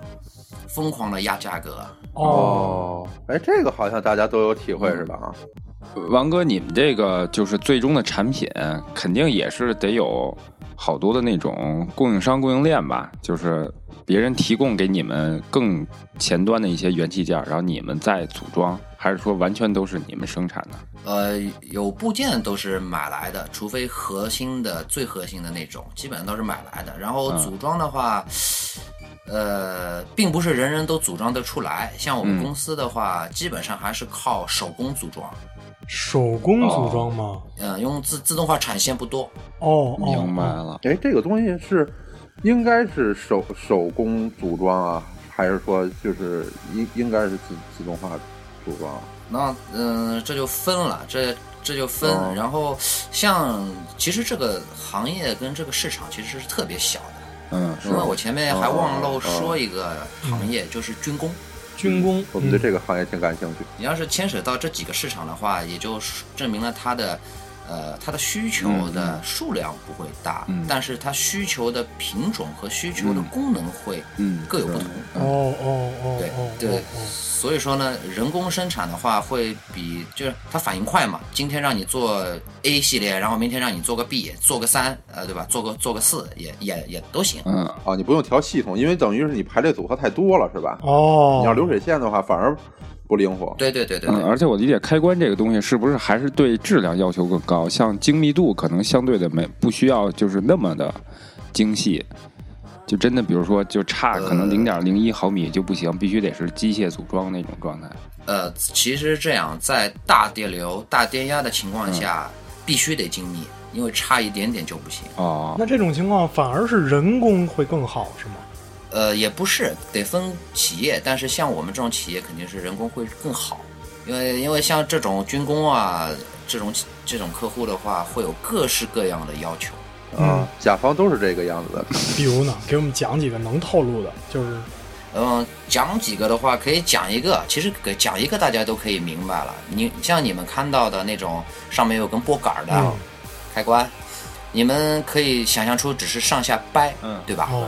S2: 疯狂的压价格。
S3: 哦，，
S1: 哎，这个好像大家都有体会是吧？啊，
S3: 嗯
S4: 王哥，你们这个就是最终的产品，肯定也是得有好多的那种供应商、供应链吧？就是别人提供给你们更前端的一些元器件，然后你们再组装，还是说完全都是你们生产的？
S2: 呃，有部件都是买来的，除非核心的最核心的那种，基本上都是买来的。然后
S4: 嗯
S2: 组装的话，呃，并不是人人都组装得出来。像我们
S4: 嗯
S2: 公司的话，基本上还是靠手工组装，
S3: 手工组装吗？
S2: 嗯、用自自动化产线不多。
S3: 哦，哦
S4: 明白。了，
S1: 哎，这个东西是应该是手手工组装啊，还是说就是应应该是自自动化组装啊？
S2: 那嗯、这就分了，这这就分。
S1: 哦
S2: 然后像其实这个行业跟这个市场其实是特别小的，
S4: 嗯，是
S2: 因为
S4: 吧？
S2: 我前面还忘漏说一个
S3: 嗯
S2: 行业，就是军工。
S3: 军工，
S1: 我们对
S3: 嗯
S1: 这个行业挺感兴趣。
S2: 你要是牵扯到这几个市场的话，也就证明了它的，呃，它的需求
S4: 嗯嗯
S2: 的数量不会大，
S4: 嗯
S2: 但是它需求的品种和需求的
S4: 嗯
S2: 功能会
S4: 嗯，
S2: 各有不同。
S3: 哦哦哦
S2: 对
S3: 哦，
S2: 对
S3: 哦，哦
S2: 所以说呢，人工生产的话会比就是它反应快嘛，今天让你做 A 系列，然后明天让你做个 B，做个三，呃，对吧？做个做个四也也也都行。
S4: 嗯，
S1: 啊，你不用调系统，因为等于是你排列组合太多了，是吧？
S3: 哦，
S1: 你要流水线的话，反而不灵活。
S2: 对对对对
S4: 嗯，
S2: 对，
S4: 而且我理解开关这个东西是不是还是对质量要求更高？像精密度可能相对的没不需要就是那么的精细，就真的比如说就差
S2: 呃
S4: 可能零点零一毫米就不行，必须得是机械组装那种状态。
S2: 呃，其实这样在大电流、大电压的情况下，必须得精密，因为差一点点就不行。
S4: 哦，
S3: 那这种情况反而是人工会更好，是吗？
S2: 呃，也不是，得分企业，但是像我们这种企业肯定是人工会更好，因为因为像这种军工啊，这种这种客户的话，会有各式各样的要求。
S3: 嗯
S1: 啊，甲方都是这个样子的。
S3: 比如呢，给我们讲几个能透露的，就是
S2: 嗯，讲几个的话，可以讲一个，其实给讲一个大家都可以明白了。你像你们看到的那种上面有根拨杆儿的、
S3: 嗯
S2: 开关，你们可以想象出只是上下掰，
S4: 嗯
S2: 对吧？
S3: 哦，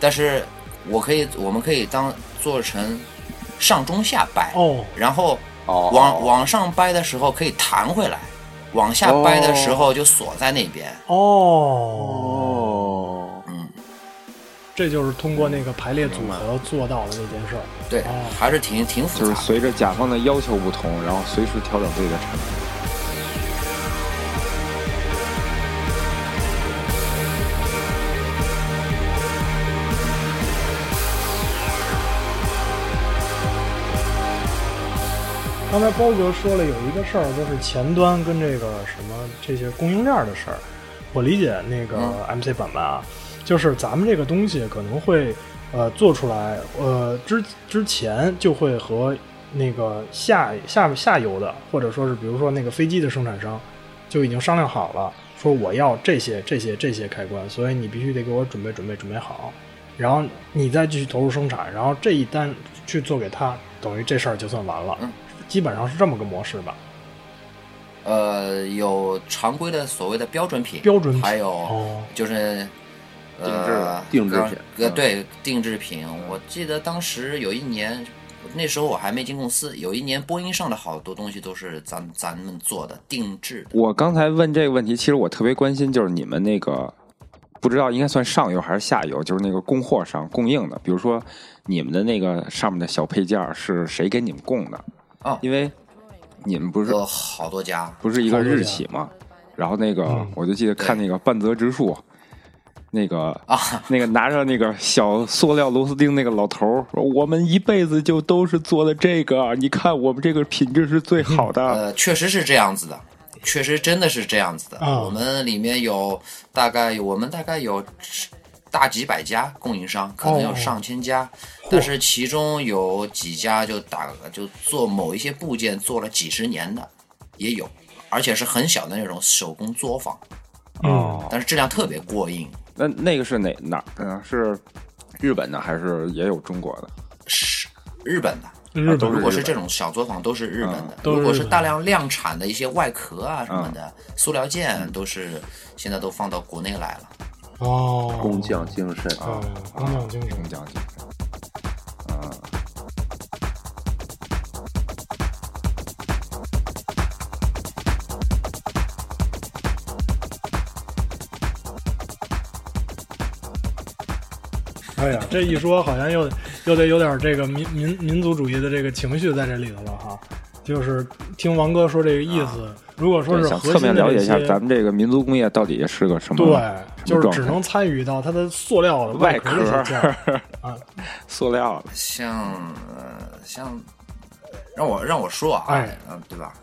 S2: 但是我可以，我们可以当做成上中下掰，
S3: 哦，
S2: 然后
S1: 哦
S2: 往往上掰的时候可以弹回来，往下掰的时候就锁在那边。
S3: 哦，
S1: 哦，
S2: 嗯，
S3: 这就是通过那个排列组合做到的那件事儿。
S2: 对，
S3: 哦
S2: 还是挺挺复
S4: 就是
S2: 杂的。
S4: 随着甲方的要求不同，然后随时调整自己的产品。
S5: Thank
S3: 刚才包哥说了有一个事儿，就是前端跟这个什么这些供应链的事儿。我理解那个 MC 版本啊，就是咱们这个东西可能会呃做出来，呃之之前就会和那个下下下游的，或者说是比如说那个飞机的生产商，就已经商量好了，说我要这些这些这些开关，所以你必须得给我准备准备准备好，然后你再继续投入生产，然后这一单去做给他，等于这事儿就算完了
S2: 嗯，
S3: 基本上是这么个模式吧。
S2: 呃，有常规的所谓的标准品，
S3: 标准品
S2: 还有、
S3: 哦
S2: 就是
S1: 定制
S2: 呃
S1: 的定制
S2: 刚
S1: 品
S2: 呃
S1: 嗯
S2: 对定制品。我记得当时有一年，那时候我还没进公司，有一年波音上的好多东西都是咱咱们做的定制的。
S4: 我刚才问这个问题，其实我特别关心，就是你们那个不知道应该算上游还是下游，就是那个供货商供应的，比如说你们的那个上面的小配件儿是谁给你们供的？
S2: 哦
S4: 因为你们不是
S2: 有好多家，
S4: 不是一个
S3: 好多家
S4: 日企嘛，然后那个、
S3: 嗯
S4: 我就记得看那个半泽直树，那个
S2: 啊，
S4: 那个拿着那个小塑料螺丝钉那个老头儿说：“我们一辈子就都是做的这个，你看我们这个品质是最好的。
S2: 呃，确实是这样子的，确实真的是这样子的。
S3: 啊
S2: 我们里面有大概我们大概有大几百家供应商，可能有
S3: 哦
S2: 上千家，但是其中有几家就打就做某一些部件做了几十年的也有，而且是很小的那种手工作坊，
S4: 啊
S3: 嗯，
S2: 但是质量特别过硬。
S4: 那那个是哪哪儿的呢？是日本的还是也有中国的？
S2: 是日本的。
S3: 日
S4: 都
S3: 本
S4: 是
S2: 如果
S4: 日
S2: 是
S4: 本
S2: 这种小作坊，都是日本的。
S3: 啊都是
S2: 如果
S3: 日
S2: 是
S3: 本
S2: 大量量产的一些外壳啊什么的、塑料
S3: 嗯
S2: 件，都是现在都放到国内来了。
S3: 哦，
S1: 工匠精神啊，
S3: 嗯，工匠精神
S4: 中。奖精神。
S3: 哎呀，这一说好像又又得有点这个民民民族主义的这个情绪在这里头了哈。就是听王哥说这个意思，如果说
S4: 啊对
S3: 是
S4: 想
S3: 核
S4: 侧
S3: 心
S4: 面
S3: 的
S4: 了解
S3: 这
S4: 一下
S3: 些，
S4: 咱们这个民族工业到底是个什么？
S3: 对，就
S4: 什么
S3: 是只
S4: 状态
S3: 能参与到它的塑料的
S4: 外
S3: 壳的
S4: 壳
S3: 这儿啊。
S4: 塑料的。
S2: 像呃像，让我让我说啊，
S3: 哎
S2: 嗯，对吧？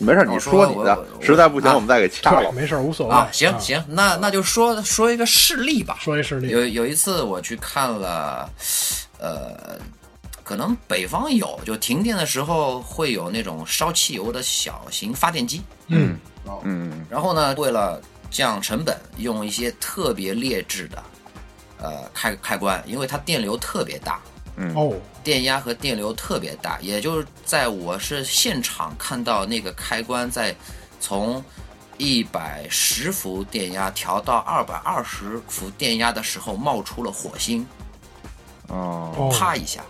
S1: 没事儿，你
S2: 我说
S1: 说你
S2: 我
S1: 的，
S2: 我
S1: 实在不行
S2: 啊
S1: 我们再给掐了
S3: 对，。没事儿，无所谓
S2: 啊，行，行，那那就说说一个事例吧。
S3: 说一实例，
S2: 有有一次我去看了，呃，可能北方有，就停电的时候会有那种烧汽油的小型发电机，
S3: 嗯
S4: 嗯，
S2: 然后呢，为了降成本，用一些特别劣质的呃开开关，因为它电流特别大，
S4: 嗯
S3: 哦，
S2: 电压和电流特别大，也就是在我是现场看到那个开关在从一百十伏电压调到二百二十伏电压的时候，冒出了火星，
S4: 哦，
S3: 哦，
S2: 啪一下，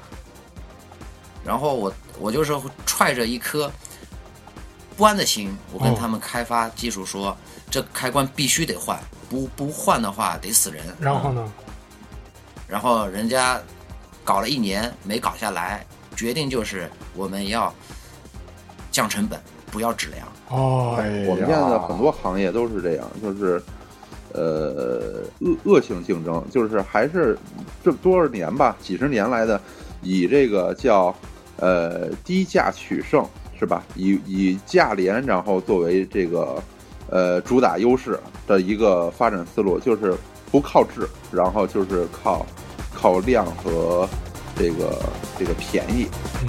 S2: 然后我我就是揣着一颗不安的心，我跟
S3: 哦
S2: 他们开发技术说，这开关必须得换，不不换的话得死人。
S3: 然后呢？
S2: 然后人家搞了一年没搞下来，决定就是我们要降成本，不要质量。
S4: 啊
S3: 哦，
S1: 我们现在很多行业都是这样，就是呃恶恶性竞争，就是还是这多少年吧，几十年来的以这个叫呃低价取胜是吧？以以价廉，然后作为这个呃主打优势的一个发展思路，就是不靠质，然后就是靠靠量和这个这个便宜。
S3: 嗯，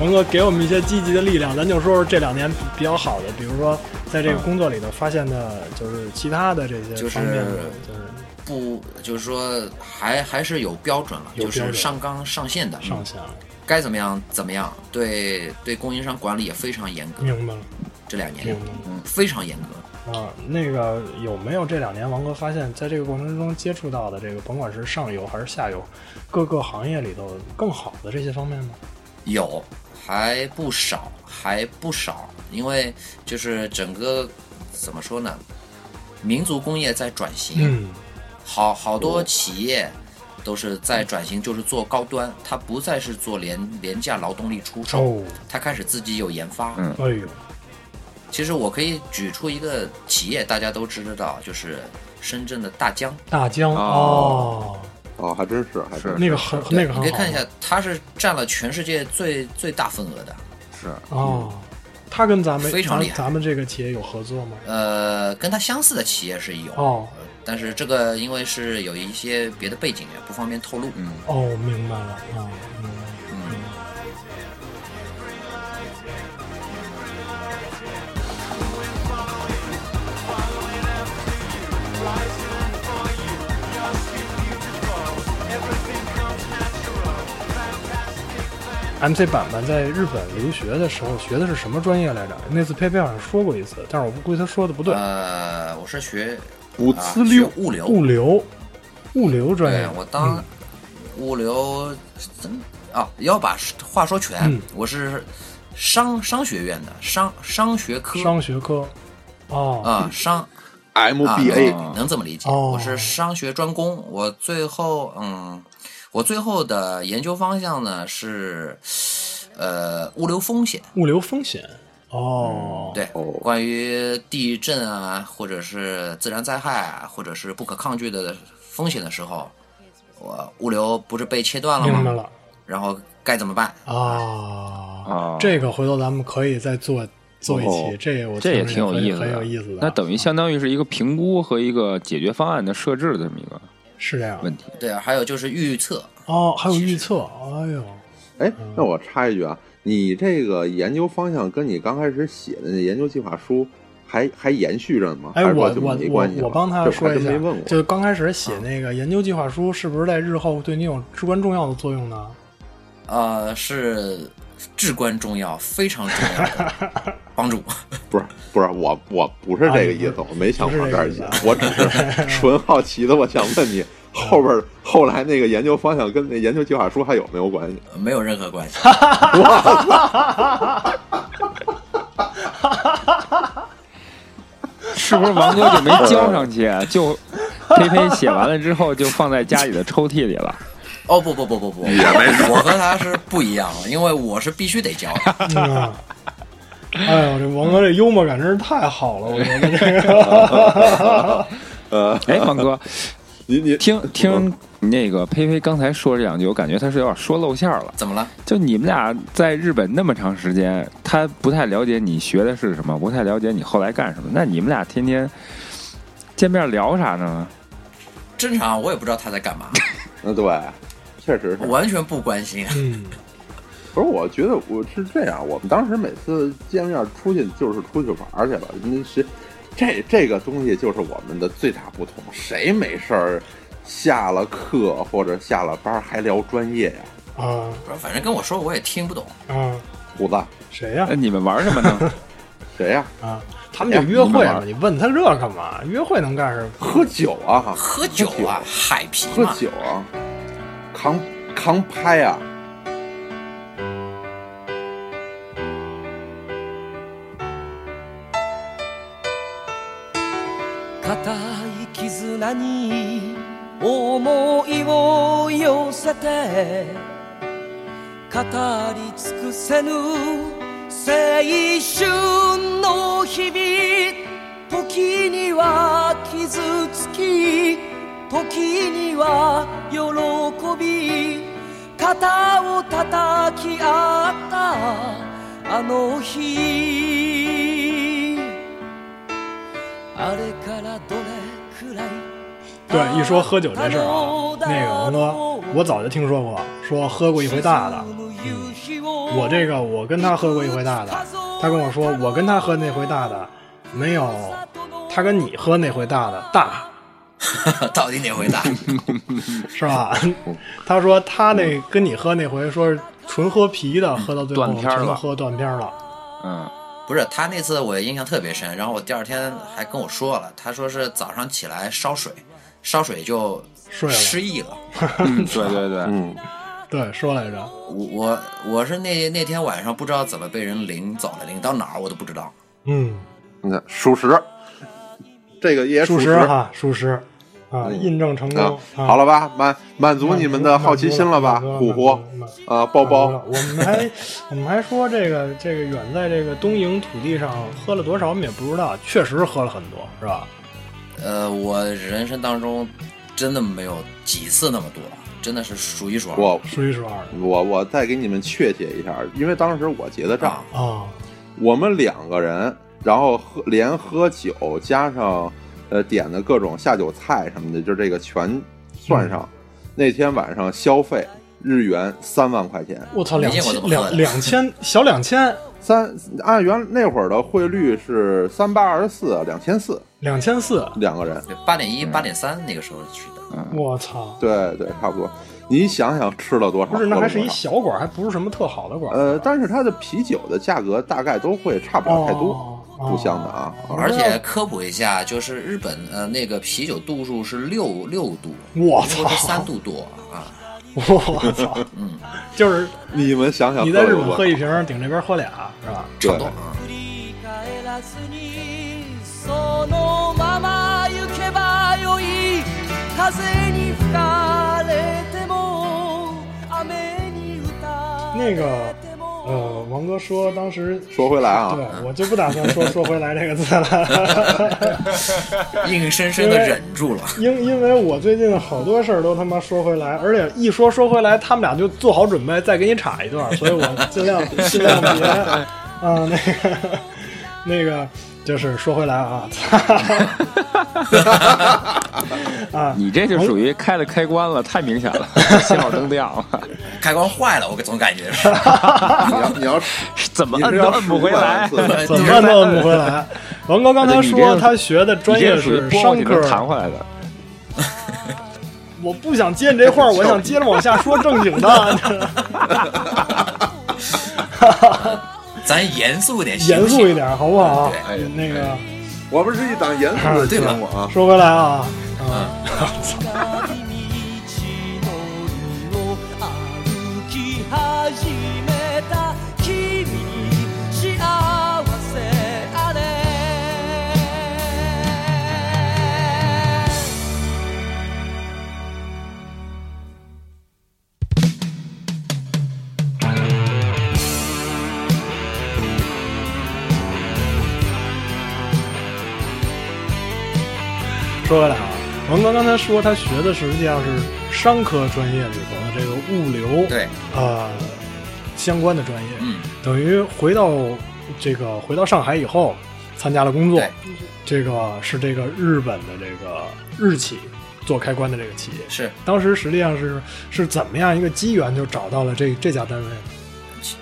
S3: 文哥给我们一些积极的力量，咱就说说这两年比比较好的，比如说在这个工作里头发现的，就是其他的这些
S2: 就是
S3: 方面的，就是
S2: 不，就是说还还是有标准了，
S3: 有
S2: 就
S3: 标准
S2: 是上纲上线的，
S3: 上线了，
S2: 该怎么样怎么样。对对，供应商管理也非常严格，
S3: 明白了，
S2: 这两
S3: 明
S2: 年嗯
S3: 白了。
S2: 非常严格。
S3: 啊，那个有没有这两年王哥发现，在这个过程中接触到的这个，甭管是上游还是下游，各个行业里头更好的这些方面呢？
S2: 有，还不少，还不少。因为
S3: 嗯
S2: 就是整个怎么说呢，民族工业在转型，好好多企业都是在转型，就是做高端，它不再是做廉廉价劳动力出售，
S3: 哦，
S2: 它开始自己有研发。
S4: 嗯
S3: 哎呦，
S2: 其实我可以举出一个企业，大家都知道，就是深圳的大疆。
S3: 大疆
S4: 哦
S3: 哦，
S1: 哦，还真是，还真
S4: 是
S3: 那个很那个
S2: 你
S3: 很好，
S2: 可以看一下，它是占了全世界最最大份额的。
S4: 是
S3: 哦。他跟咱们
S2: 非常
S3: 咱
S2: 厉害
S3: 咱们这个企业有合作吗？
S2: 呃，跟它相似的企业是有，
S3: 哦
S2: 但是这个因为是有一些别的背景，也不方便透露。
S4: 嗯。
S3: 哦，明白了，哦，明白了。
S2: 嗯
S3: 嗯 MC 板板在日本留学的时候学的是什么专业来着？那次 PP 好像说过一次，但是我估计他说的不对。
S2: 呃，我是学
S1: 不
S2: 啊
S1: 自溜
S2: 学物流，
S3: 物流，物流专业
S2: 对，我
S3: 嗯
S2: 当物流真啊，要把话说全。
S3: 嗯
S2: 我是商商学院的商商学科
S3: 嗯商学科。哦，
S2: 啊、商啊，
S1: MBA
S2: 能能这么理解？
S3: 哦
S2: 我是商学专攻，我最后嗯，我最后的研究方向呢是呃物流风险，
S3: 物流风险。哦，
S2: 对，
S1: 哦
S2: 关于地震啊，或者是自然灾害啊，或者是不可抗拒的风险的时候，我物流不是被切断了
S3: 明白
S2: 吗？
S3: 了
S2: 然后该怎么办？
S3: 啊。
S4: 啊，
S3: 这个回头咱们可以再做做一期，
S1: 哦
S3: 这我
S4: 这也
S3: 听
S4: 挺
S3: 着
S4: 有
S3: 很
S4: 意思的，
S3: 很有意思的。
S4: 那等于相当于是一个评估和一个解决方案的设置的这么一个
S3: 是这样
S4: 问题。
S2: 对啊，还有就是预测，
S3: 哦，还有预测。哎呦，
S1: 哎，那我插一句啊，你这个研究方向跟你刚开始写的那研究计划书还还延续着呢吗？
S3: 哎，
S1: 还是说
S3: 我
S1: 就
S3: 我
S1: 没
S3: 我
S1: 关系
S3: 我
S1: 了
S3: 帮他
S1: 这我
S3: 说
S1: 还
S3: 一
S1: 真
S3: 下
S1: 没问，过。
S3: 就刚开始写那个研究计划书，是不是在日后对你有至关重要的作用呢？
S2: 呃，是至关重要、非常重要的帮助。
S1: 不是不是，我我不是这个意思，我没想往这儿写
S3: 啊不是，
S1: 我只是 纯好奇的，我想问
S3: 嗯
S1: 你。后边后来那个研究方向跟那研究计划书还有没有关 系？
S2: 没有任何关系。
S4: 是不是王 哥就没交上去啊， 就 P P 写完了之后就放在家里的抽屉里 了？
S2: 哦不不不不不，我和他是不一样的，因为我是必须得交的。
S3: 嗯，哎呦，这王哥这幽默感真是太好了，我觉得这个。
S1: 呃，
S4: 哎，王哥，
S1: 你你
S4: 听听那个佩佩刚才说这两句，我感觉他是有点说露馅儿了。
S2: 怎么了？
S4: 就你们俩在日本那么长时间，他不太了解你学的是什么，不太了解你后来干什么。那你们俩天天见面聊啥 呢？
S2: 正常，我也不知道他在干嘛，
S1: 那嗯对，确实是。
S2: 完全不关心。
S3: 嗯，
S1: 不是，我觉得我是这样，我们当时每次见面出去就是出去玩儿去了，那谁，这这个东西就是我们的最大不同，谁没事儿下了课或者下了班儿还聊专业呀、
S3: 啊
S2: 反正跟我说我也听不懂。
S3: 啊，
S1: 虎子，
S3: 谁呀
S4: 那、？你们玩什么 呢？
S1: 谁呀、
S3: 啊，他们就约会嘛，你问他这干嘛？约会能干什么？
S1: 喝酒啊，
S2: 喝酒啊，海啤
S1: 喝
S2: 嘛，
S1: 酒啊，扛扛拍啊，
S7: 固い絆に思いを寄せて語り尽くせぬ青春の日々時には傷つき時には喜び肩を叩き合ったあの日あれからどれくらい
S3: 对，一说喝酒这事儿啊，那个王哥，我早就听说过，说喝过一回大的。我
S7: 我
S3: 这个我跟他喝过一回大的，他跟我说我跟他喝那回大的没有他跟你喝那回大的大，
S2: 到底哪回答？
S3: 是吧？他说他那跟你喝那回说是纯喝啤的，喝到最后
S4: 断片儿
S3: 全都
S4: 了
S3: 喝断片儿了。
S4: 嗯，
S2: 不是他那次我印象特别深，然后我第二天还跟我说了，他说是早上起来烧水，烧水就
S3: 睡了
S2: 失忆了。
S4: 嗯对对对，
S1: 嗯，
S3: 对，说来着，
S2: 我我我是那那天晚上不知道怎么被人领走了，领到哪儿我都不知道。
S3: 嗯，
S1: 那属实，这个也
S3: 属
S1: 实
S3: 实哈，属实，啊，
S1: 嗯
S3: 印证成功
S1: 啊。
S3: 啊
S1: 好了吧，满满足你们的好奇心了吧，
S3: 满足
S1: 虎狐
S3: 满足了满足了
S1: 啊，包
S3: 满足
S1: 包
S3: 了。我们还 我们还说这个这个远在这个东营土地上喝了多少，我们也不知道，确实喝了很多，是吧？
S2: 呃，我人生当中真的没有几次那么多，真的是数一数二。
S1: 我
S3: 数一数二
S1: 我我再给你们确切一下，因为当时我结的账，
S3: 的啊，
S1: 我们两个人，然后喝连喝酒加上呃点的各种下酒菜什么的，就这个全算上，
S3: 嗯
S1: 那天晚上消费日元三万块钱，
S3: 我操，
S2: 没
S3: 两
S2: 见过这
S3: 千
S2: 么喝
S3: 两
S2: 的
S3: 两千小两千
S1: 三按原那会儿的汇率是三八二十四，啊两千四
S3: 两千四，
S1: 两个人，
S2: 对，八点一、八点三那个时候去的，
S3: 我操！
S1: 对对，差不多。你想想吃了多少？
S3: 不是，那
S1: 喝了
S3: 还是
S1: 多
S3: 一
S1: 少
S3: 小馆儿，还不是什么特好的馆儿。
S1: 呃，但是它的啤酒的价格大概都会差不了呃太多，
S3: 哦
S1: 不相的啊。啊
S2: 而且科普一下，就是日本呃那个啤酒度数是六六度，
S3: 我
S2: 中国是
S3: 操
S2: 三 度多啊，
S3: 我操，
S2: 嗯，
S3: 就是
S1: 你们想想，
S3: 你在日本喝一瓶，顶这边喝俩，是吧？
S2: 差不
S1: 对
S2: 多啊。
S7: 振り返らずにそのまま行けばよい風に吹かれても雨に打たれても
S3: 呃，王哥说当时。
S1: 说回来啊，
S3: 对，我就不打算说说回来这个字了，
S2: 硬生生的忍住了。
S3: 因因为我最近好多事儿都他妈说回来，而且一说说回来，他们俩就做好准备再给你插一段，所以我尽量尽量别，啊、那个那个就是说回来啊， 啊，
S4: 你这就属于开了开关了，太明显 了，信号灯亮了，
S2: 开关坏了，我总感觉是。
S1: 你要你要吃
S4: 怎么
S1: 你
S4: 摁
S1: 是
S4: 都
S1: 要
S4: 摁不回来。
S1: 吃饭
S3: 怎么办都摁不回来。王哥刚才说他学的专业
S4: 你这属于
S3: 是
S4: 拨过
S3: 商
S4: 去
S3: 科
S4: 能，弹回来的。
S3: 我不想接你这话儿，我想接着往下说正经的，
S2: 咱严肃点，行
S3: 严
S2: 不行
S3: 肃一。点好不好
S2: 对？
S3: 那个
S1: 我们是一档严 肃的节
S2: 对吧
S1: 目啊，
S3: 说回来啊，
S7: 光道に道を歩き始めた君に幸せあれ
S3: 说回来啊，王哥刚才说他学的实际上是商科专业里头的这个物流，
S2: 对，
S3: 呃相关的专业，
S2: 嗯，
S3: 等于回到这个回到上海以后，参加了工作
S2: 对，
S3: 这个是这个日本的这个日企做开关的这个企业。
S2: 是
S3: 当时实际上是是怎么样一个机缘就找到了这这家单位呢？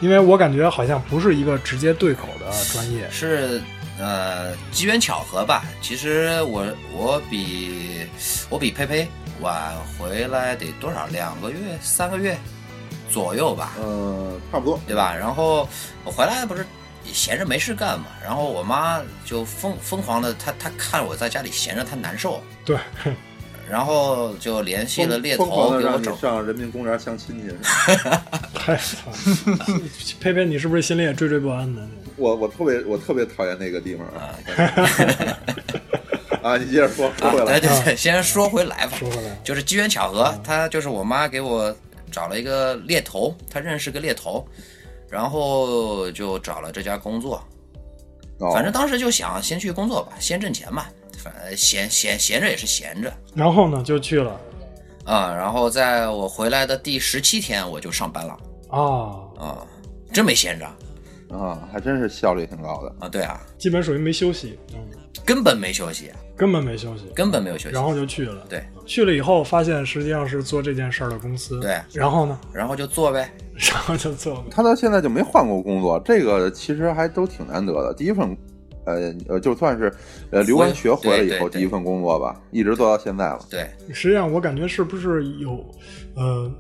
S3: 因为我感觉好像不是一个直接对口的 专业，
S2: 是，呃，机缘巧合吧。其实我我比我比佩佩晚回来得多少？两个月、三个月左右吧，
S1: 嗯，差不多。
S2: 对吧？然后我回来不是闲着没事干嘛，然后我妈就疯疯狂的，她她看我在家里闲着，她难受，
S3: 对，
S2: 然后就联系了猎
S1: 疯狂
S2: 头
S1: 的
S2: 给我
S1: 让你
S2: 整。
S1: 上人民公园相亲去，
S3: 太惨了。 佩佩，你是不是心里也惴惴不安呢？
S1: 我我特别我特别讨厌那个地方啊。 啊，你接着说，说
S2: 啊，
S1: 回
S2: 对
S1: 来，
S2: 对对，先说回来吧。
S3: 说回来，
S2: 就是机缘巧合，他就是我妈给我找了一个猎头，她认识个猎头，然后就找了这家工作。
S1: 哦
S2: 反正当时就想先去工作吧，先挣钱嘛，反正闲闲闲着也是闲着
S3: 然后呢就去了
S2: 啊、然后在我回来的第十七天，我就上班了
S3: 啊，
S2: 啊、真没闲着
S1: 啊，还真是效率挺高的。
S2: 啊！对啊，
S3: 基本属于没休息，嗯，
S2: 根本没休息，啊
S3: 根本没休息，
S2: 根本没有休息
S3: 然。后就去了。
S2: 对，
S3: 去了以后发现实际上是做这件事儿的公司。
S2: 对
S3: 然后呢，
S2: 然后就做呗，
S3: 然后就做了。
S1: 他到现在就没换过工作，这个其实还都挺难得的。第一份，呃呃，就算是呃留完学回来以后
S2: 对对
S1: 第
S2: 对
S1: 一份工作吧，一直做到现在了。
S2: 对，
S3: 实际上我感觉是不是有，呃，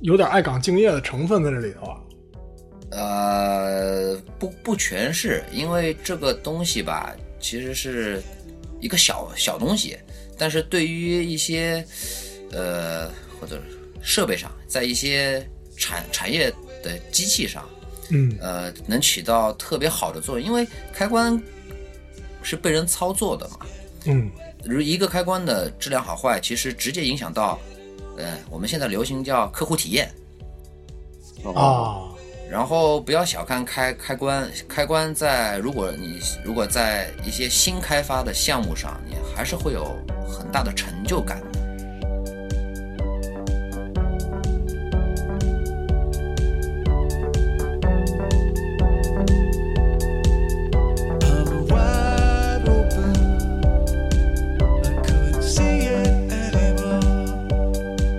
S3: 有点爱岗敬业的成分在这里头啊？
S2: 呃，不不全是，因为这个东西吧，其实是一个小小东西，但是对于一些呃或者设备上，在一些产产业的机器上，
S3: 嗯，
S2: 呃，能起到特别好的作用，因为开关是被人操作的嘛，
S3: 嗯
S2: 如一个开关的质量好坏，其实直接影响到，呃，我们现在流行叫客户体验。
S1: 嗯
S3: 啊，
S2: 然后不要小看开开关，开关在如果你如果在一些新开发的项目上，你还是会有很大的成就感的。
S8: I'm wide open. I couldn't see it anymore.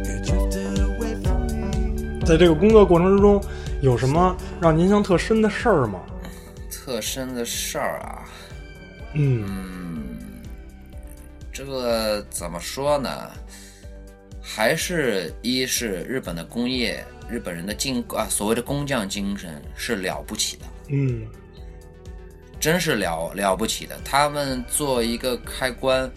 S8: It drifted away from me.
S3: 在这个工作过程之中，有什么让您印象特深的事儿吗？
S2: 特深的事儿啊，
S3: 嗯
S2: 嗯，这个怎么说呢？还是一是日本的工业，日本人的精啊，所谓的工匠精神是了不起的。
S3: 嗯
S2: 真是了了不起的。他们做一个开关，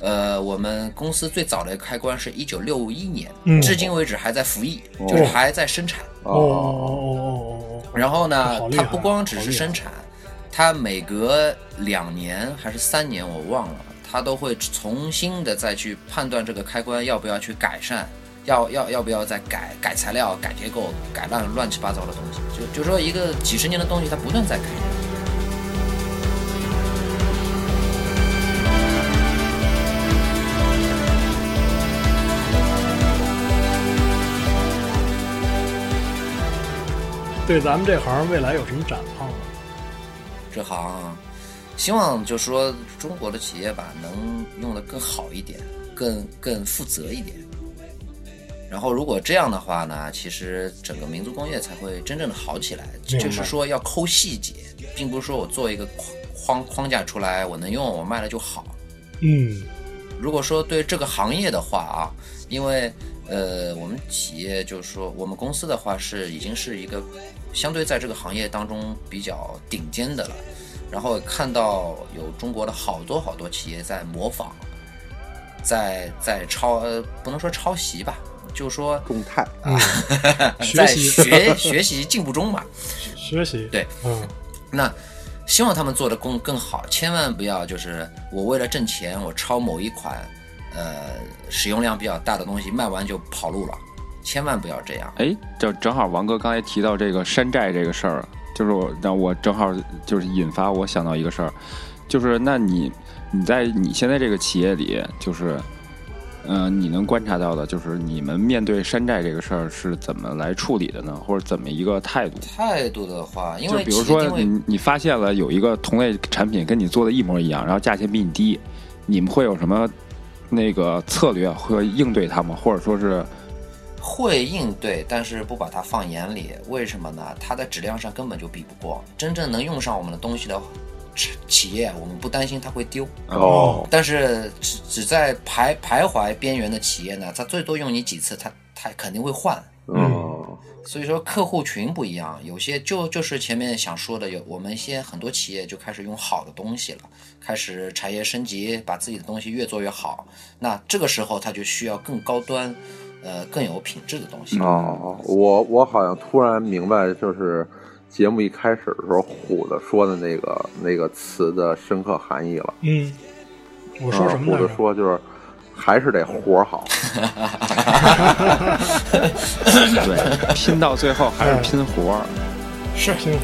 S2: 呃，我们公司最早的开关是一九六一年，
S3: 嗯
S2: 至今为止还在服役，就是还在生产。
S3: 哦哦哦哦哦，
S2: 然后呢
S3: 好，厉害
S2: 它
S3: 啊
S2: 不光只是生产，它每隔两年还是三年，我忘了，它都会重新的再去判断这个开关要不要去改善。要要要不要再改改材料、改结构、改乱乱七八糟的东西？就就说一个几十年的东西，它不断在改。
S3: 对咱们这行未来有什么展望吗？
S2: 这行，希望就说中国的企业吧，能用的更好一点，更更负责一点。然后如果这样的话呢，其实整个民族工业才会真正的好起来。
S3: 明白
S2: 就是说要抠细节，并不是说我做一个框框框架出来，我能用，我卖了就好。
S3: 嗯
S2: 如果说对这个行业的话啊，因为呃，我们企业就是说我们公司的话是已经是一个相对在这个行业当中比较顶尖的了，然后看到有中国的好多好多企业在模仿，在在抄呃不能说抄袭吧，就说呃
S1: 众泰
S3: 嗯，
S2: 在
S3: 学习
S2: 学 学习进步中嘛，
S3: 学习
S2: 对，
S3: 嗯
S2: 那希望他们做的更更好，千万不要就是我为了挣钱，我抄某一款，呃，使用量比较大的东西，卖完就跑路了，千万不要这样。
S4: 哎，正正好王哥刚才提到这个山寨这个事儿，就是我让我正好就是引发我想到一个事儿，就是那你你在你现在这个企业里，就是嗯、呃你能观察到的，就是你们面对山寨这个事儿是怎么来处理的呢？或者怎么一个态度？
S2: 态度的话，因
S4: 就
S2: 为
S4: 比如
S2: 企业
S4: 说
S2: 定位
S4: 你你发现了有一个同类产品跟你做的一模一样，然后价钱比你低，你们会有什么那个策略和应对他们，或者说是
S2: 会应对，但是不把它放眼里，为什么呢？它在质量上根本就比不过。真正能用上我们的东西的企企业，我们不担心它会丢。
S4: 呃
S1: 哦，
S2: 但是只只在徘徘徊边缘的企业呢，它最多用你几次，它它肯定会换。
S1: 嗯
S2: 所以说客户群不一样，有些就就是前面想说的，有我们现在很多企业就开始用好的东西了，开始产业升级，把自己的东西越做越好。那这个时候他就需要更高端，呃，更有品质的东西。
S1: 哦，我我好像突然明白，就是节目一开始的时候虎子说的那个那个词的深刻含义了。
S3: 嗯，我说什么
S1: 嗯虎
S3: 来着
S1: 子？说就是还是得活好，
S4: 对拼到最后还是拼活儿？
S2: 是
S3: 辛苦。